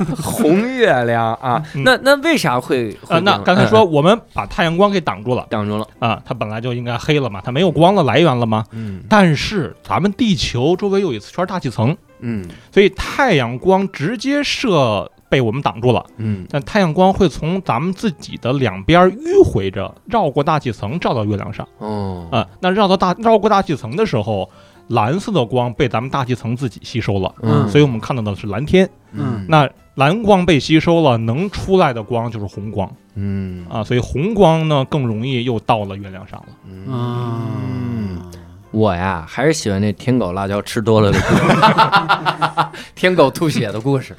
Speaker 1: [LAUGHS] 红月亮啊！
Speaker 3: 嗯
Speaker 1: 那那为啥会？会
Speaker 3: 啊，那
Speaker 1: 这样
Speaker 3: 刚才
Speaker 1: 嗯
Speaker 3: 说
Speaker 1: 嗯
Speaker 3: 我们把太阳光给挡住了
Speaker 1: 挡住了，
Speaker 3: 啊，它本来就应该黑了嘛，它没有光的来源了嘛，
Speaker 1: 嗯
Speaker 3: 但是咱们地球周围有一圈大气层，
Speaker 1: 嗯
Speaker 3: 所以太阳光直接射被我们挡住了。
Speaker 1: 嗯
Speaker 3: 但太阳光会从咱们自己的两边迂回着绕过大气层，照到月亮上
Speaker 1: 哦
Speaker 3: 啊、那绕到大绕过大气层的时候，蓝色的光被咱们大气层自己吸收了，
Speaker 1: 嗯
Speaker 3: 所以我们看到的是蓝天。
Speaker 1: 嗯
Speaker 3: 那蓝光被吸收了，能出来的光就是红光
Speaker 1: 嗯
Speaker 3: 啊，所以红光呢更容易又到了月亮上了。
Speaker 1: 啊嗯，我呀还是喜欢那天狗辣椒吃多了的故事，天狗吐血的故事。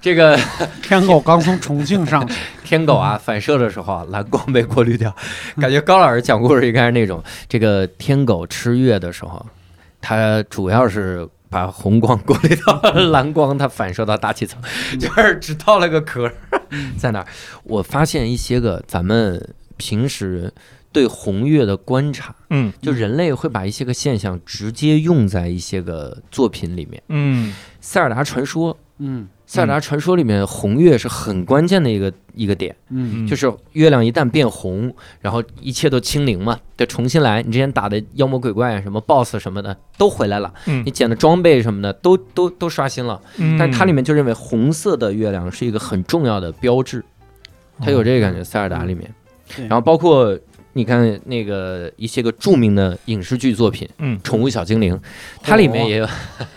Speaker 1: 这个
Speaker 2: 天狗刚从重庆上去，
Speaker 1: 天狗啊，反射的时候啊，蓝光被过滤掉，感觉高老师讲故事应该是那种，这个天狗吃月的时候，它主要是把红光过滤到蓝光，它反射到大气层，就是只套了个壳儿 [LAUGHS] 在那儿。我发现一些个咱们平时对红月的观察，
Speaker 3: 嗯
Speaker 1: 就人类会把一些个现象直接用在一些个作品里面，
Speaker 3: 嗯
Speaker 1: 《塞尔达传说》。
Speaker 2: 嗯
Speaker 1: 《塞尔达传说》里面红月是很关键的一个一个点，
Speaker 2: 嗯
Speaker 3: 嗯，
Speaker 1: 就是月亮一旦变红，然后一切都清零嘛，得重新来。你之前打的妖魔鬼怪啊，什么 BOSS 什么的都回来了，
Speaker 3: 嗯
Speaker 1: 你捡的装备什么的都都都刷新了。
Speaker 3: 嗯
Speaker 1: 但是它里面就认为红色的月亮是一个很重要的标志，
Speaker 3: 嗯
Speaker 1: 它有这个感觉。塞尔达里面，
Speaker 2: 对
Speaker 1: 然后包括你看那个一些个著名的影视剧作品，
Speaker 3: 嗯
Speaker 1: 《宠物小精灵》，它里
Speaker 2: 哦
Speaker 1: 面也有， [LAUGHS]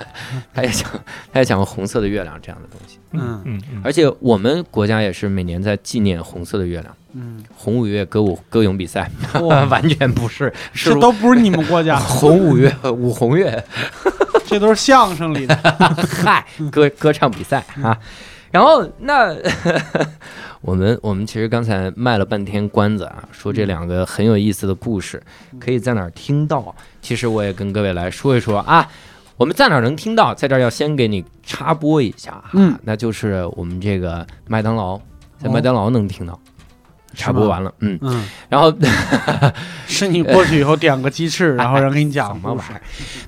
Speaker 1: 它也讲它也讲过红色的月亮这样的东西。
Speaker 3: 嗯嗯嗯
Speaker 1: 而且我们国家也是每年在纪念红色的月亮。
Speaker 2: 嗯，
Speaker 1: 红五月歌舞歌咏比赛，
Speaker 2: 哇
Speaker 1: [LAUGHS] 完全不是，是
Speaker 2: 这都不是你们国 [LAUGHS] 家，
Speaker 1: 红五月舞红月，
Speaker 2: 这都是相声里 [LAUGHS] 的。
Speaker 1: [LAUGHS] 嗨，歌歌唱比赛
Speaker 2: 嗯
Speaker 1: 啊。然后那 [LAUGHS] 我们我们其实刚才卖了半天关子啊，说
Speaker 2: 嗯
Speaker 1: 这两个很有意思的故事，可以在哪儿听到？啊其实我也跟各位来说一说啊。我们在哪儿能听到？在这儿要先给你插播一下啊，
Speaker 2: 嗯
Speaker 1: 那就是我们这个麦当劳，在
Speaker 2: 哦
Speaker 1: 麦当劳能听到，插播完了，嗯，
Speaker 2: 嗯，
Speaker 1: 然后
Speaker 2: 是你过去以后点个鸡翅，然后人给你讲
Speaker 1: 什么
Speaker 2: 故
Speaker 1: 玩
Speaker 2: 事
Speaker 1: 意儿？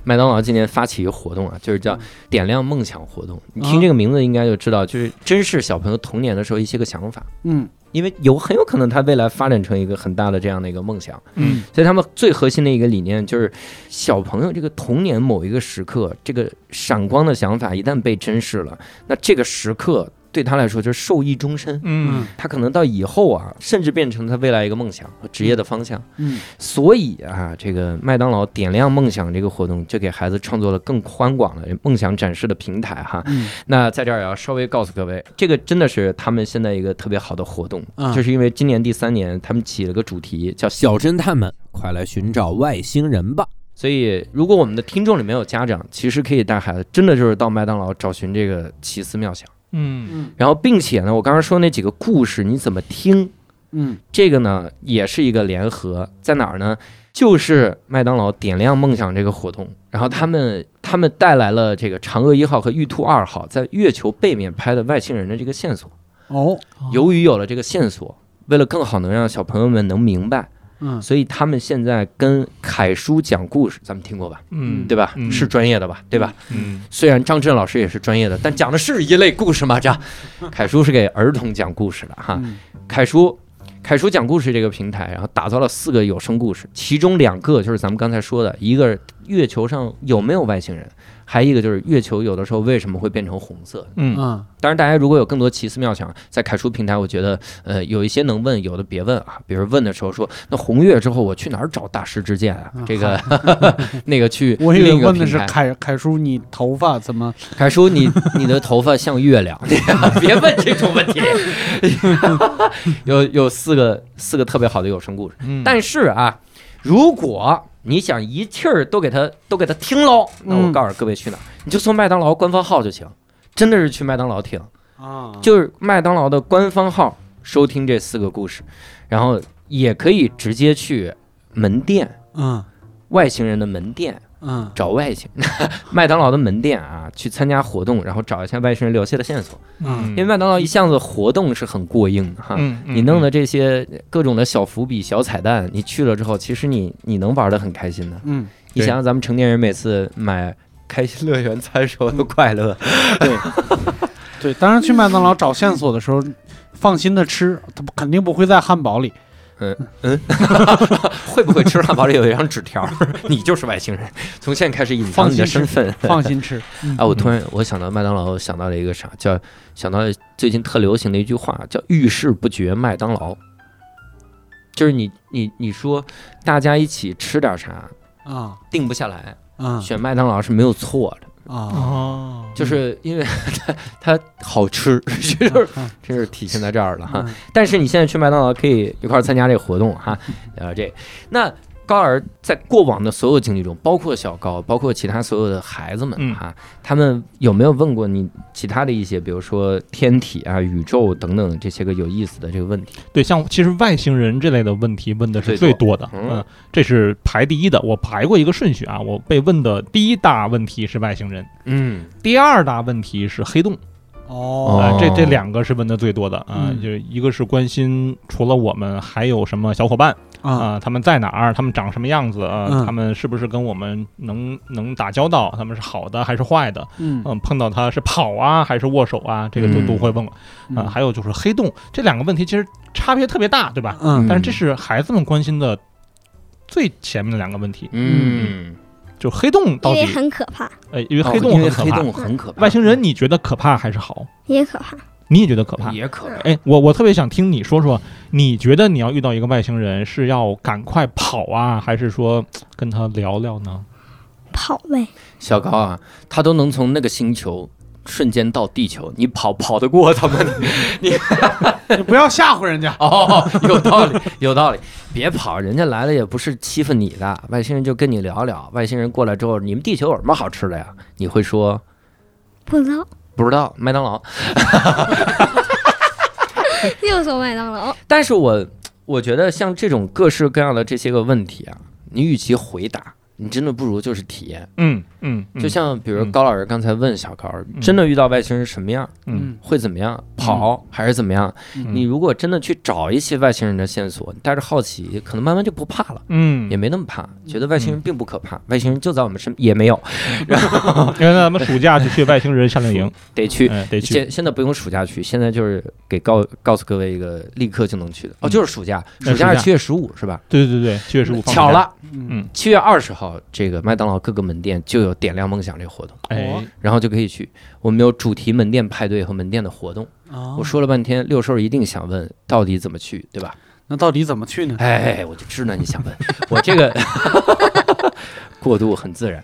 Speaker 1: 麦当劳今年发起一个活动啊，就是叫
Speaker 2: 嗯
Speaker 1: “点亮梦想活动”。你
Speaker 2: 啊
Speaker 1: 听这个名字应该就知道，就是真是小朋友童年的时候一些个想法，
Speaker 2: [LAUGHS] 嗯
Speaker 1: 因为有很有可能他未来发展成一个很大的这样的一个梦想。
Speaker 3: 嗯
Speaker 1: 所以他们最核心的一个理念就是，小朋友这个童年某一个时刻，这个闪光的想法一旦被珍视了，那这个时刻对他来说就是受益终身。
Speaker 3: 嗯
Speaker 1: 他可能到以后啊，甚至变成他未来一个梦想和职业的方向。
Speaker 2: 嗯
Speaker 1: 所以啊，这个麦当劳点亮梦想这个活动，就给孩子创作了更宽广的梦想展示的平台哈。
Speaker 2: 嗯
Speaker 1: 那在这儿也要稍微告诉各位，这个真的是他们现在一个特别好的活动，
Speaker 2: 嗯
Speaker 1: 就是因为今年第三年，他们起了个主题叫“小侦探们，快来寻找外星人吧”。所以，如果我们的听众里面有家长，其实可以带孩子，真的就是到麦当劳找寻这个奇思妙想。
Speaker 3: 嗯
Speaker 2: 嗯
Speaker 1: 然后，并且呢，我刚刚说那几个故事，你怎么听？
Speaker 2: 嗯
Speaker 1: 这个呢，也是一个联合，在哪儿呢？就是麦当劳点亮梦想这个活动，然后他们他们带来了这个嫦娥一号和玉兔二号在月球背面拍的外星人的这个线索。
Speaker 2: 哦
Speaker 1: 由于有了这个线索，为了更好能让小朋友们能明白，
Speaker 2: 嗯
Speaker 1: 所以他们现在跟凯叔讲故事，咱们听过吧？
Speaker 3: 嗯，
Speaker 1: 对吧？
Speaker 3: 嗯
Speaker 1: 是专业的吧？对吧？
Speaker 3: 嗯
Speaker 1: 虽然张震老师也是专业的，但讲的是一类故事吗？
Speaker 2: [LAUGHS]
Speaker 1: 这凯叔是给儿童讲故事的哈。
Speaker 2: 嗯
Speaker 1: 凯叔，凯叔讲故事这个平台，然后打造了四个有声故事，其中两个就是咱们刚才说的，一个月球上有没有外星人，还有一个就是月球有的时候为什么会变成红色。
Speaker 3: 嗯
Speaker 2: 嗯
Speaker 1: 当然，大家如果有更多奇思妙想，在凯叔平台，我觉得呃有一些能问，有的别问啊。比如问的时候说，那红月之后我去哪儿找大师之剑啊
Speaker 2: 啊？
Speaker 1: 这
Speaker 2: [LAUGHS]
Speaker 1: 个那个去
Speaker 2: 我以为
Speaker 1: 另一个
Speaker 2: 问的
Speaker 1: 平
Speaker 2: 是
Speaker 1: 台。
Speaker 2: 凯凯叔，你头发怎么？
Speaker 1: 凯叔，你 [LAUGHS] 你的头发像月亮， [LAUGHS] 别问这种问题。 [LAUGHS] 有有四个四个特别好的有声故事，
Speaker 3: 嗯，
Speaker 1: 但是啊，如果你想一气儿都给他都给他听喽，那我
Speaker 2: 嗯
Speaker 1: 告诉各位去哪儿，你就搜麦当劳官方号就行，真的是去麦当劳听。
Speaker 2: 啊，
Speaker 1: 就是麦当劳的官方号收听这四个故事，然后也可以直接去门店，
Speaker 2: 嗯
Speaker 1: 外星人的门店
Speaker 2: 嗯
Speaker 1: 找外星 [LAUGHS] 麦当劳的门店啊，去参加活动，然后找一下外星人留下的线索，
Speaker 3: 嗯
Speaker 1: 因为麦当劳一向子活动是很过硬的哈。
Speaker 3: 嗯嗯
Speaker 1: 你弄的这些各种的小伏笔、小彩蛋，你去了之后，其实你你能玩的很开心的。
Speaker 2: 嗯，
Speaker 1: 你想想，咱们成年人每次买开心乐园餐时候
Speaker 3: 嗯
Speaker 1: 的快乐，
Speaker 2: 对，当然去麦当劳找线索的时候，放心的吃，他不肯定不会在汉堡里。
Speaker 1: 会不会吃汉堡里有一张纸条 [LAUGHS] 儿，你就是外星人，从现在开始隐藏你的身份？
Speaker 2: 放心吃，
Speaker 1: 哎，我突然我想到麦当劳，想到了一个啥，叫想到了最近特流行的一句话，叫“遇事不决麦当劳”，就是你你你说大家一起吃点啥，
Speaker 2: 啊
Speaker 1: 定不下来，
Speaker 2: 啊
Speaker 1: 选麦当劳是没有错的，
Speaker 2: [LAUGHS] 啊！
Speaker 3: 哦，
Speaker 1: 就是因为 [LAUGHS] 它它好吃， [LAUGHS] 就是这是体现在这儿了哈。
Speaker 2: 嗯
Speaker 1: 但是你现在去麦当劳可以一块儿参加这个活动哈，呃，这那高儿在过往的所有经历中，包括小高，包括其他所有的孩子们
Speaker 3: 嗯
Speaker 1: 哈，他们有没有问过你其他的一些，比如说天体啊、宇宙等等这些个有意思的这个问题？
Speaker 3: 对，像其实外星人这类的问题问的是最多的，
Speaker 1: 最多嗯
Speaker 3: 嗯，这是排第一的。我排过一个顺序啊，我被问的第一大问题是外星人，
Speaker 1: 嗯，
Speaker 3: 第二大问题是黑洞，啊、
Speaker 2: 哦，
Speaker 3: 这这两个是问的最多的啊，
Speaker 2: 嗯
Speaker 3: 就是一个是关心除了我们还有什么小伙伴啊、
Speaker 2: 啊
Speaker 3: 他们在哪儿，他们长什么样子啊、
Speaker 2: 嗯
Speaker 3: 他们是不是跟我们能能打交道，他们是好的还是坏的，
Speaker 2: 嗯
Speaker 3: 嗯，碰到他是跑啊还是握手啊，这个都、
Speaker 1: 嗯
Speaker 3: 都会问啊、
Speaker 2: 嗯
Speaker 3: 还有就是黑洞，这两个问题其实差别特别大，对吧？
Speaker 2: 嗯
Speaker 3: 但是这是孩子们关心的最前面的两个问题，
Speaker 1: 嗯，
Speaker 3: 就黑洞
Speaker 4: 因
Speaker 3: 到底
Speaker 4: 为，很可怕，
Speaker 3: 呃，因为黑
Speaker 1: 哦因
Speaker 3: 洞
Speaker 1: 为
Speaker 3: 很可
Speaker 1: 黑
Speaker 3: 怕，
Speaker 1: 洞很可怕，
Speaker 3: 外星人你觉得可怕还是好？
Speaker 4: 也可怕。
Speaker 3: 你也觉得可怕？
Speaker 1: 也可怕。
Speaker 3: 哎，我我特别想听你说说，你觉得你要遇到一个外星人是要赶快跑啊，还是说嘖跟他聊聊呢？
Speaker 4: 跑呗，
Speaker 1: 小高啊，他都能从那个星球。瞬间到地球，你跑跑得过他们？
Speaker 2: 你不要吓唬人家。
Speaker 1: [LAUGHS] 哦，有道理，有道理。别跑，人家来了也不是欺负你的，外星人就跟你聊聊。外星人过来之后，你们地球有什么好吃的呀？你会说
Speaker 4: 不知道 [LAUGHS]
Speaker 1: 不知道，麦当劳。
Speaker 4: 又说麦当劳，
Speaker 1: 但是我我觉得像这种各式各样的这些个问题啊，你与其回答，你真的不如就是体验。
Speaker 3: 嗯嗯，嗯
Speaker 1: 就像比如
Speaker 3: 嗯
Speaker 1: 高老师刚才问小高，
Speaker 3: 嗯
Speaker 1: 真的遇到外星人什么样，
Speaker 3: 嗯
Speaker 1: 会怎么样？跑还是怎么样？
Speaker 2: 嗯
Speaker 1: 你如果真的去找一些外星人的线索，你带着好奇，可能慢慢就不怕了。
Speaker 3: 嗯，
Speaker 1: 也没那么怕，觉得外星人并不可怕，外星人就在我们身，也没有
Speaker 3: 因为咱们暑假就去外星人夏令营，
Speaker 1: 得去。
Speaker 3: 嗯，得去。
Speaker 1: 现现在不用暑假去，现在就是给告告诉各位一个立刻就能去的哦，
Speaker 3: 嗯
Speaker 1: 就是暑假，
Speaker 3: 嗯
Speaker 1: 暑假
Speaker 3: 暑
Speaker 1: 是
Speaker 3: 假
Speaker 1: 七月十五是吧？
Speaker 3: 对对对，七月十五
Speaker 1: 巧，了，
Speaker 2: 嗯
Speaker 1: 七月二十号这个麦当劳各个门店就有点亮梦想这个活动，
Speaker 3: 哎，
Speaker 1: 然后就可以去。我们有主题门店派对和门店的活动。
Speaker 3: 哦
Speaker 2: 啊
Speaker 1: 我说了半天，六兽一定想问到底怎么去，对吧？
Speaker 2: 那到底怎么去呢？
Speaker 1: [LAUGHS] 哎，我就知道你想问， [LAUGHS] 我这个过渡很自然。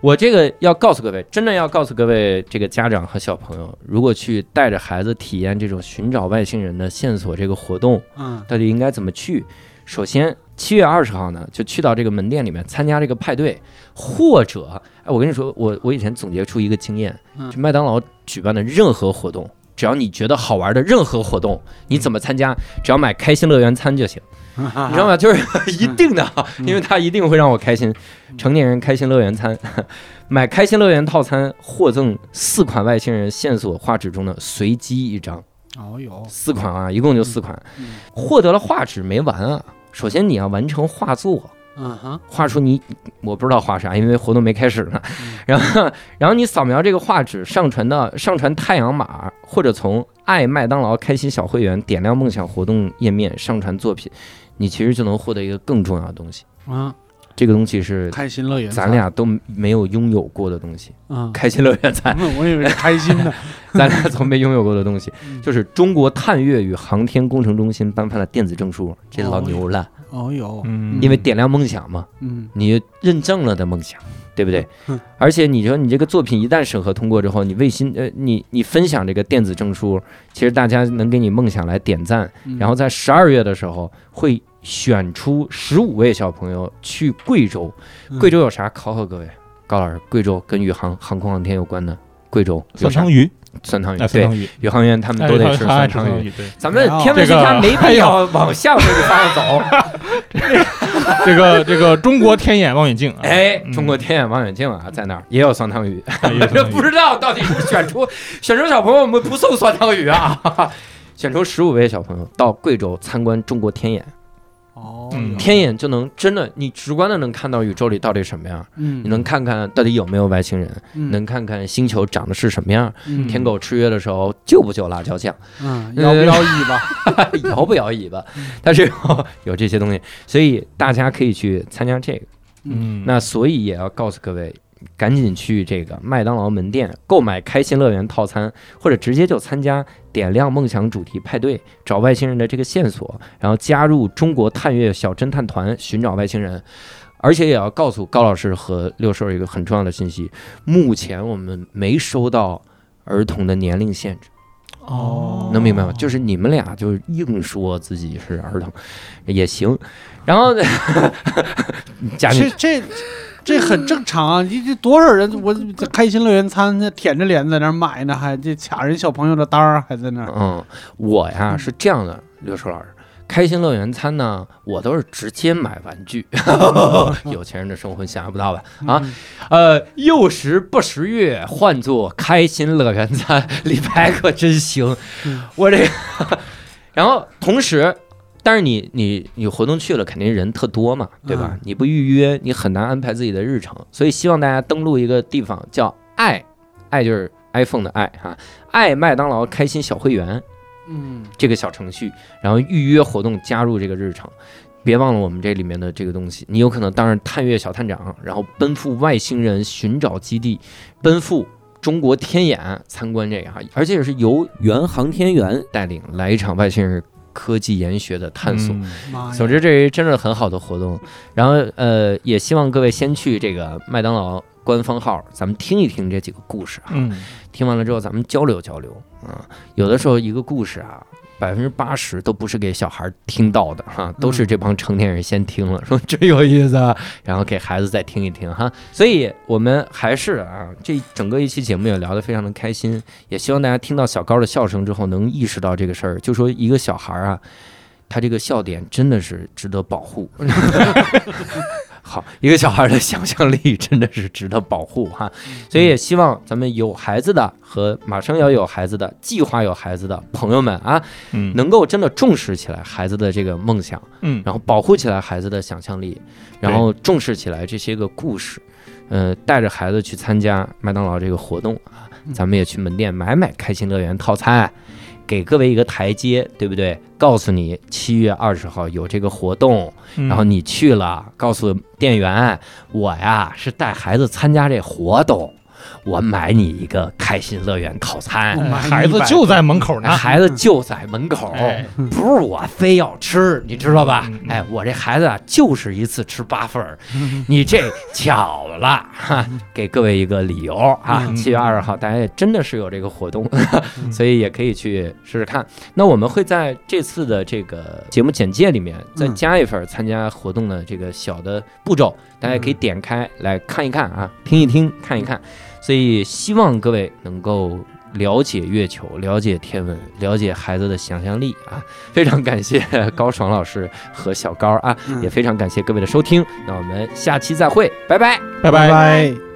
Speaker 1: 我这个要告诉各位，真的要告诉各位这个家长和小朋友，如果去带着孩子体验这种寻找外星人的线索这个活动，
Speaker 2: 嗯
Speaker 1: 到底应该怎么去？首先七月二十号呢，就去到这个门店里面参加这个派对，或者，哎，我跟你说，我我以前总结出一个经验，
Speaker 2: 嗯
Speaker 1: 就麦当劳举办的任何活动，只要你觉得好玩的任何活动，你怎么参加，只要买开心乐园餐就行。
Speaker 2: 啊
Speaker 1: 你知
Speaker 2: [LAUGHS]
Speaker 1: 道吗？就是
Speaker 2: 嗯
Speaker 1: 一定的，因为它一定会让我开心。成年人开心乐园餐， [LAUGHS] 买开心乐园套餐获赠四款外星人线索画纸中的随机一张，
Speaker 2: 哦有，
Speaker 1: 四款啊，一共就四款
Speaker 2: 嗯。
Speaker 1: 获得了画纸没完啊，首先你要完成画作，
Speaker 2: 嗯哼，
Speaker 1: 画出你我不知道画啥，因为活动没开始呢。
Speaker 2: 嗯
Speaker 1: 然后，然后你扫描这个画纸，上传到上传太阳码，或者从爱麦当劳开心小会员点亮梦想活动页面上传作品，你其实就能获得一个更重要的东西。
Speaker 2: 嗯，
Speaker 1: 这个东西是
Speaker 2: 开心乐园餐，
Speaker 1: 咱俩都没有拥有过的东西，
Speaker 2: 嗯，
Speaker 1: 开心乐园餐，
Speaker 2: 嗯 [LAUGHS] 我以为是开心 [LAUGHS] 的，嗯
Speaker 1: 咱俩从没拥有过的东西， [LAUGHS] 就是中国探月与航天工程中心颁发的电子证书，这老牛了，
Speaker 2: 哦有，
Speaker 3: 嗯，
Speaker 1: 因为点亮梦想嘛。
Speaker 2: 嗯
Speaker 1: 你认证了的梦想，对不对
Speaker 2: 嗯？
Speaker 1: 而且你说你这个作品一旦审核通过之后，你卫星呃，你你分享这个电子证书，其实大家能给你梦想来点赞。
Speaker 2: 嗯
Speaker 1: 然后在十二月的时候会选出十五位小朋友去贵州，
Speaker 2: 嗯
Speaker 1: 贵州有啥考考各位？高老师，贵州跟宇航航空航天有关的，贵州有
Speaker 3: 酸
Speaker 1: 啥
Speaker 3: 汤？鱼，
Speaker 1: 酸汤鱼
Speaker 3: 哎，酸
Speaker 1: 对，
Speaker 3: 汤鱼，
Speaker 1: 宇航员他们
Speaker 3: 哎
Speaker 1: 都得吃
Speaker 3: 他
Speaker 1: 酸
Speaker 3: 爱吃酸
Speaker 1: 汤
Speaker 3: 汤
Speaker 1: 鱼。
Speaker 3: 鱼，对，
Speaker 1: 咱们天文学
Speaker 3: 这个
Speaker 1: 家没
Speaker 3: 哎
Speaker 1: 必
Speaker 3: 呦
Speaker 1: 要往下面这个方向
Speaker 3: [LAUGHS]
Speaker 1: 走。 [LAUGHS]
Speaker 3: 这个这个中国天眼望远镜，
Speaker 1: 哎，
Speaker 3: 嗯
Speaker 1: 中国天眼望远镜啊，在那儿也有酸汤鱼。[LAUGHS]
Speaker 3: 哎，有酸汤鱼
Speaker 1: 不知道到底是选出选出小朋友，我们不送酸汤鱼啊， [LAUGHS] 选出十五位小朋友到贵州参观中国天眼，
Speaker 2: 哦
Speaker 3: 嗯
Speaker 2: 有
Speaker 1: 天眼就能真的你直观的能看到宇宙里到底什么样，
Speaker 2: 嗯
Speaker 1: 你能看看到底有没有外星人，能看看星球长得是什么样，
Speaker 2: 嗯
Speaker 1: 天狗吃约的时候救不救辣椒酱， [LAUGHS]
Speaker 2: 嗯摇不摇尾巴？
Speaker 1: 摇不摇尾巴，
Speaker 2: 嗯
Speaker 1: 但是有这些东西，所以大家可以去参加这个。
Speaker 3: 嗯，
Speaker 1: 那所以也要告诉各位，赶紧去这个麦当劳门店购买开心乐园套餐，或者直接就参加点亮梦想主题派对，找外星人的这个线索，然后加入中国探月小侦探团，寻找外星人。而且也要告诉高老师和六兽一个很重要的信息：目前我们没收到儿童的年龄限制，
Speaker 2: [LAUGHS] 哦
Speaker 1: 能明白吗？就是你们俩就是硬说自己是儿童也行，然后 [LAUGHS] 家
Speaker 2: 这
Speaker 1: 里
Speaker 2: 这这很正常啊！你这多少人，我这开心乐园餐这舔着脸在那儿买呢，还这卡人小朋友的单儿还在那儿。
Speaker 1: 嗯，我呀
Speaker 2: 嗯
Speaker 1: 是这样的，刘叔老师，开心乐园餐呢，我都是直接买玩
Speaker 2: [LAUGHS]
Speaker 1: 具，有钱人的生活你想象不到吧？啊，
Speaker 2: 嗯
Speaker 1: 呃，幼时不识月，唤作开心乐园餐，李白可真行
Speaker 2: 嗯，
Speaker 1: 我这个，然后同时。但是你你你活动去了，肯定人特多嘛，对吧？
Speaker 2: 嗯
Speaker 1: 你不预约，你很难安排自己的日程。所以希望大家登录一个地方叫“爱”，爱就是 iPhone 的爱哈、爱麦当劳开心小会员，
Speaker 2: 嗯，
Speaker 1: 这个小程序，然后预约活动加入这个日程。别忘了我们这里面的这个东西，你有可能当然探月小探长，然后奔赴外星人寻找基地，奔赴中国天眼参观这个啊，而且是由原航天员带领来一场外星人科技研学的探索。
Speaker 3: 嗯
Speaker 2: 妈呀
Speaker 1: 总
Speaker 2: [LAUGHS]
Speaker 1: 之，这是真是很好的活动。然后，呃，也希望各位先去这个麦当劳官方号，咱们听一听这几个故事啊。
Speaker 3: 嗯，
Speaker 1: 听完了之后，咱们交流交流啊。有的时候一个故事啊，百分之八十都不是给小孩听到的哈、都是这帮成年人先听了，说真有意思，啊，然后给孩子再听一听哈。所以我们还是啊，这整个一期节目也聊得非常的开心，也希望大家听到小高的笑声之后，能意识到这个事儿，就说一个小孩啊，他这个笑点真的是值得保护。 [LAUGHS] 好，一个小孩的想象力真的是值得保护哈，
Speaker 3: 嗯
Speaker 1: 所以也希望咱们有孩子的和马上要有孩子的、计划有孩子的朋友们啊，
Speaker 3: 嗯
Speaker 1: 能够真的重视起来孩子的这个梦想，
Speaker 3: 嗯，
Speaker 1: 然后保护起来孩子的想象力，然后重视起来这些个故事，呃，带着孩子去参加麦当劳这个活动啊，
Speaker 3: 嗯
Speaker 1: 咱们也去门店买买开心乐园套餐，给各位一个台阶，对不对？告诉你七月二十号有这个活动，
Speaker 3: 嗯
Speaker 1: 然后你去了，告诉店员我呀是带孩子参加这活动，我买你一个开心乐园套餐。哎
Speaker 3: 哎
Speaker 2: 买
Speaker 3: 孩子就在门口呢。
Speaker 1: 孩子就在门口，
Speaker 3: 哎
Speaker 1: 不是我非要吃，你知道吧
Speaker 3: 嗯嗯？嗯
Speaker 1: 哎，我这孩子啊，就是一次吃八份儿，你这巧了哈，给各位一个理由啊！
Speaker 3: 嗯嗯
Speaker 1: 七月二十号，大家也真的是有这个活动， [LAUGHS] 所以也可以去试试看。那我们会在这次的这个节目简介里面再加一份参加活动的这个小的步骤，大家可以点开来看一看啊，嗯听一听，看一看。所以希望各位能够了解月球，了解天文，了解孩子的想象力啊！非常感谢高爽老师和小高啊，
Speaker 2: 嗯
Speaker 1: 也非常感谢各位的收听。那我们下期再会，拜拜。
Speaker 3: 拜拜
Speaker 2: 拜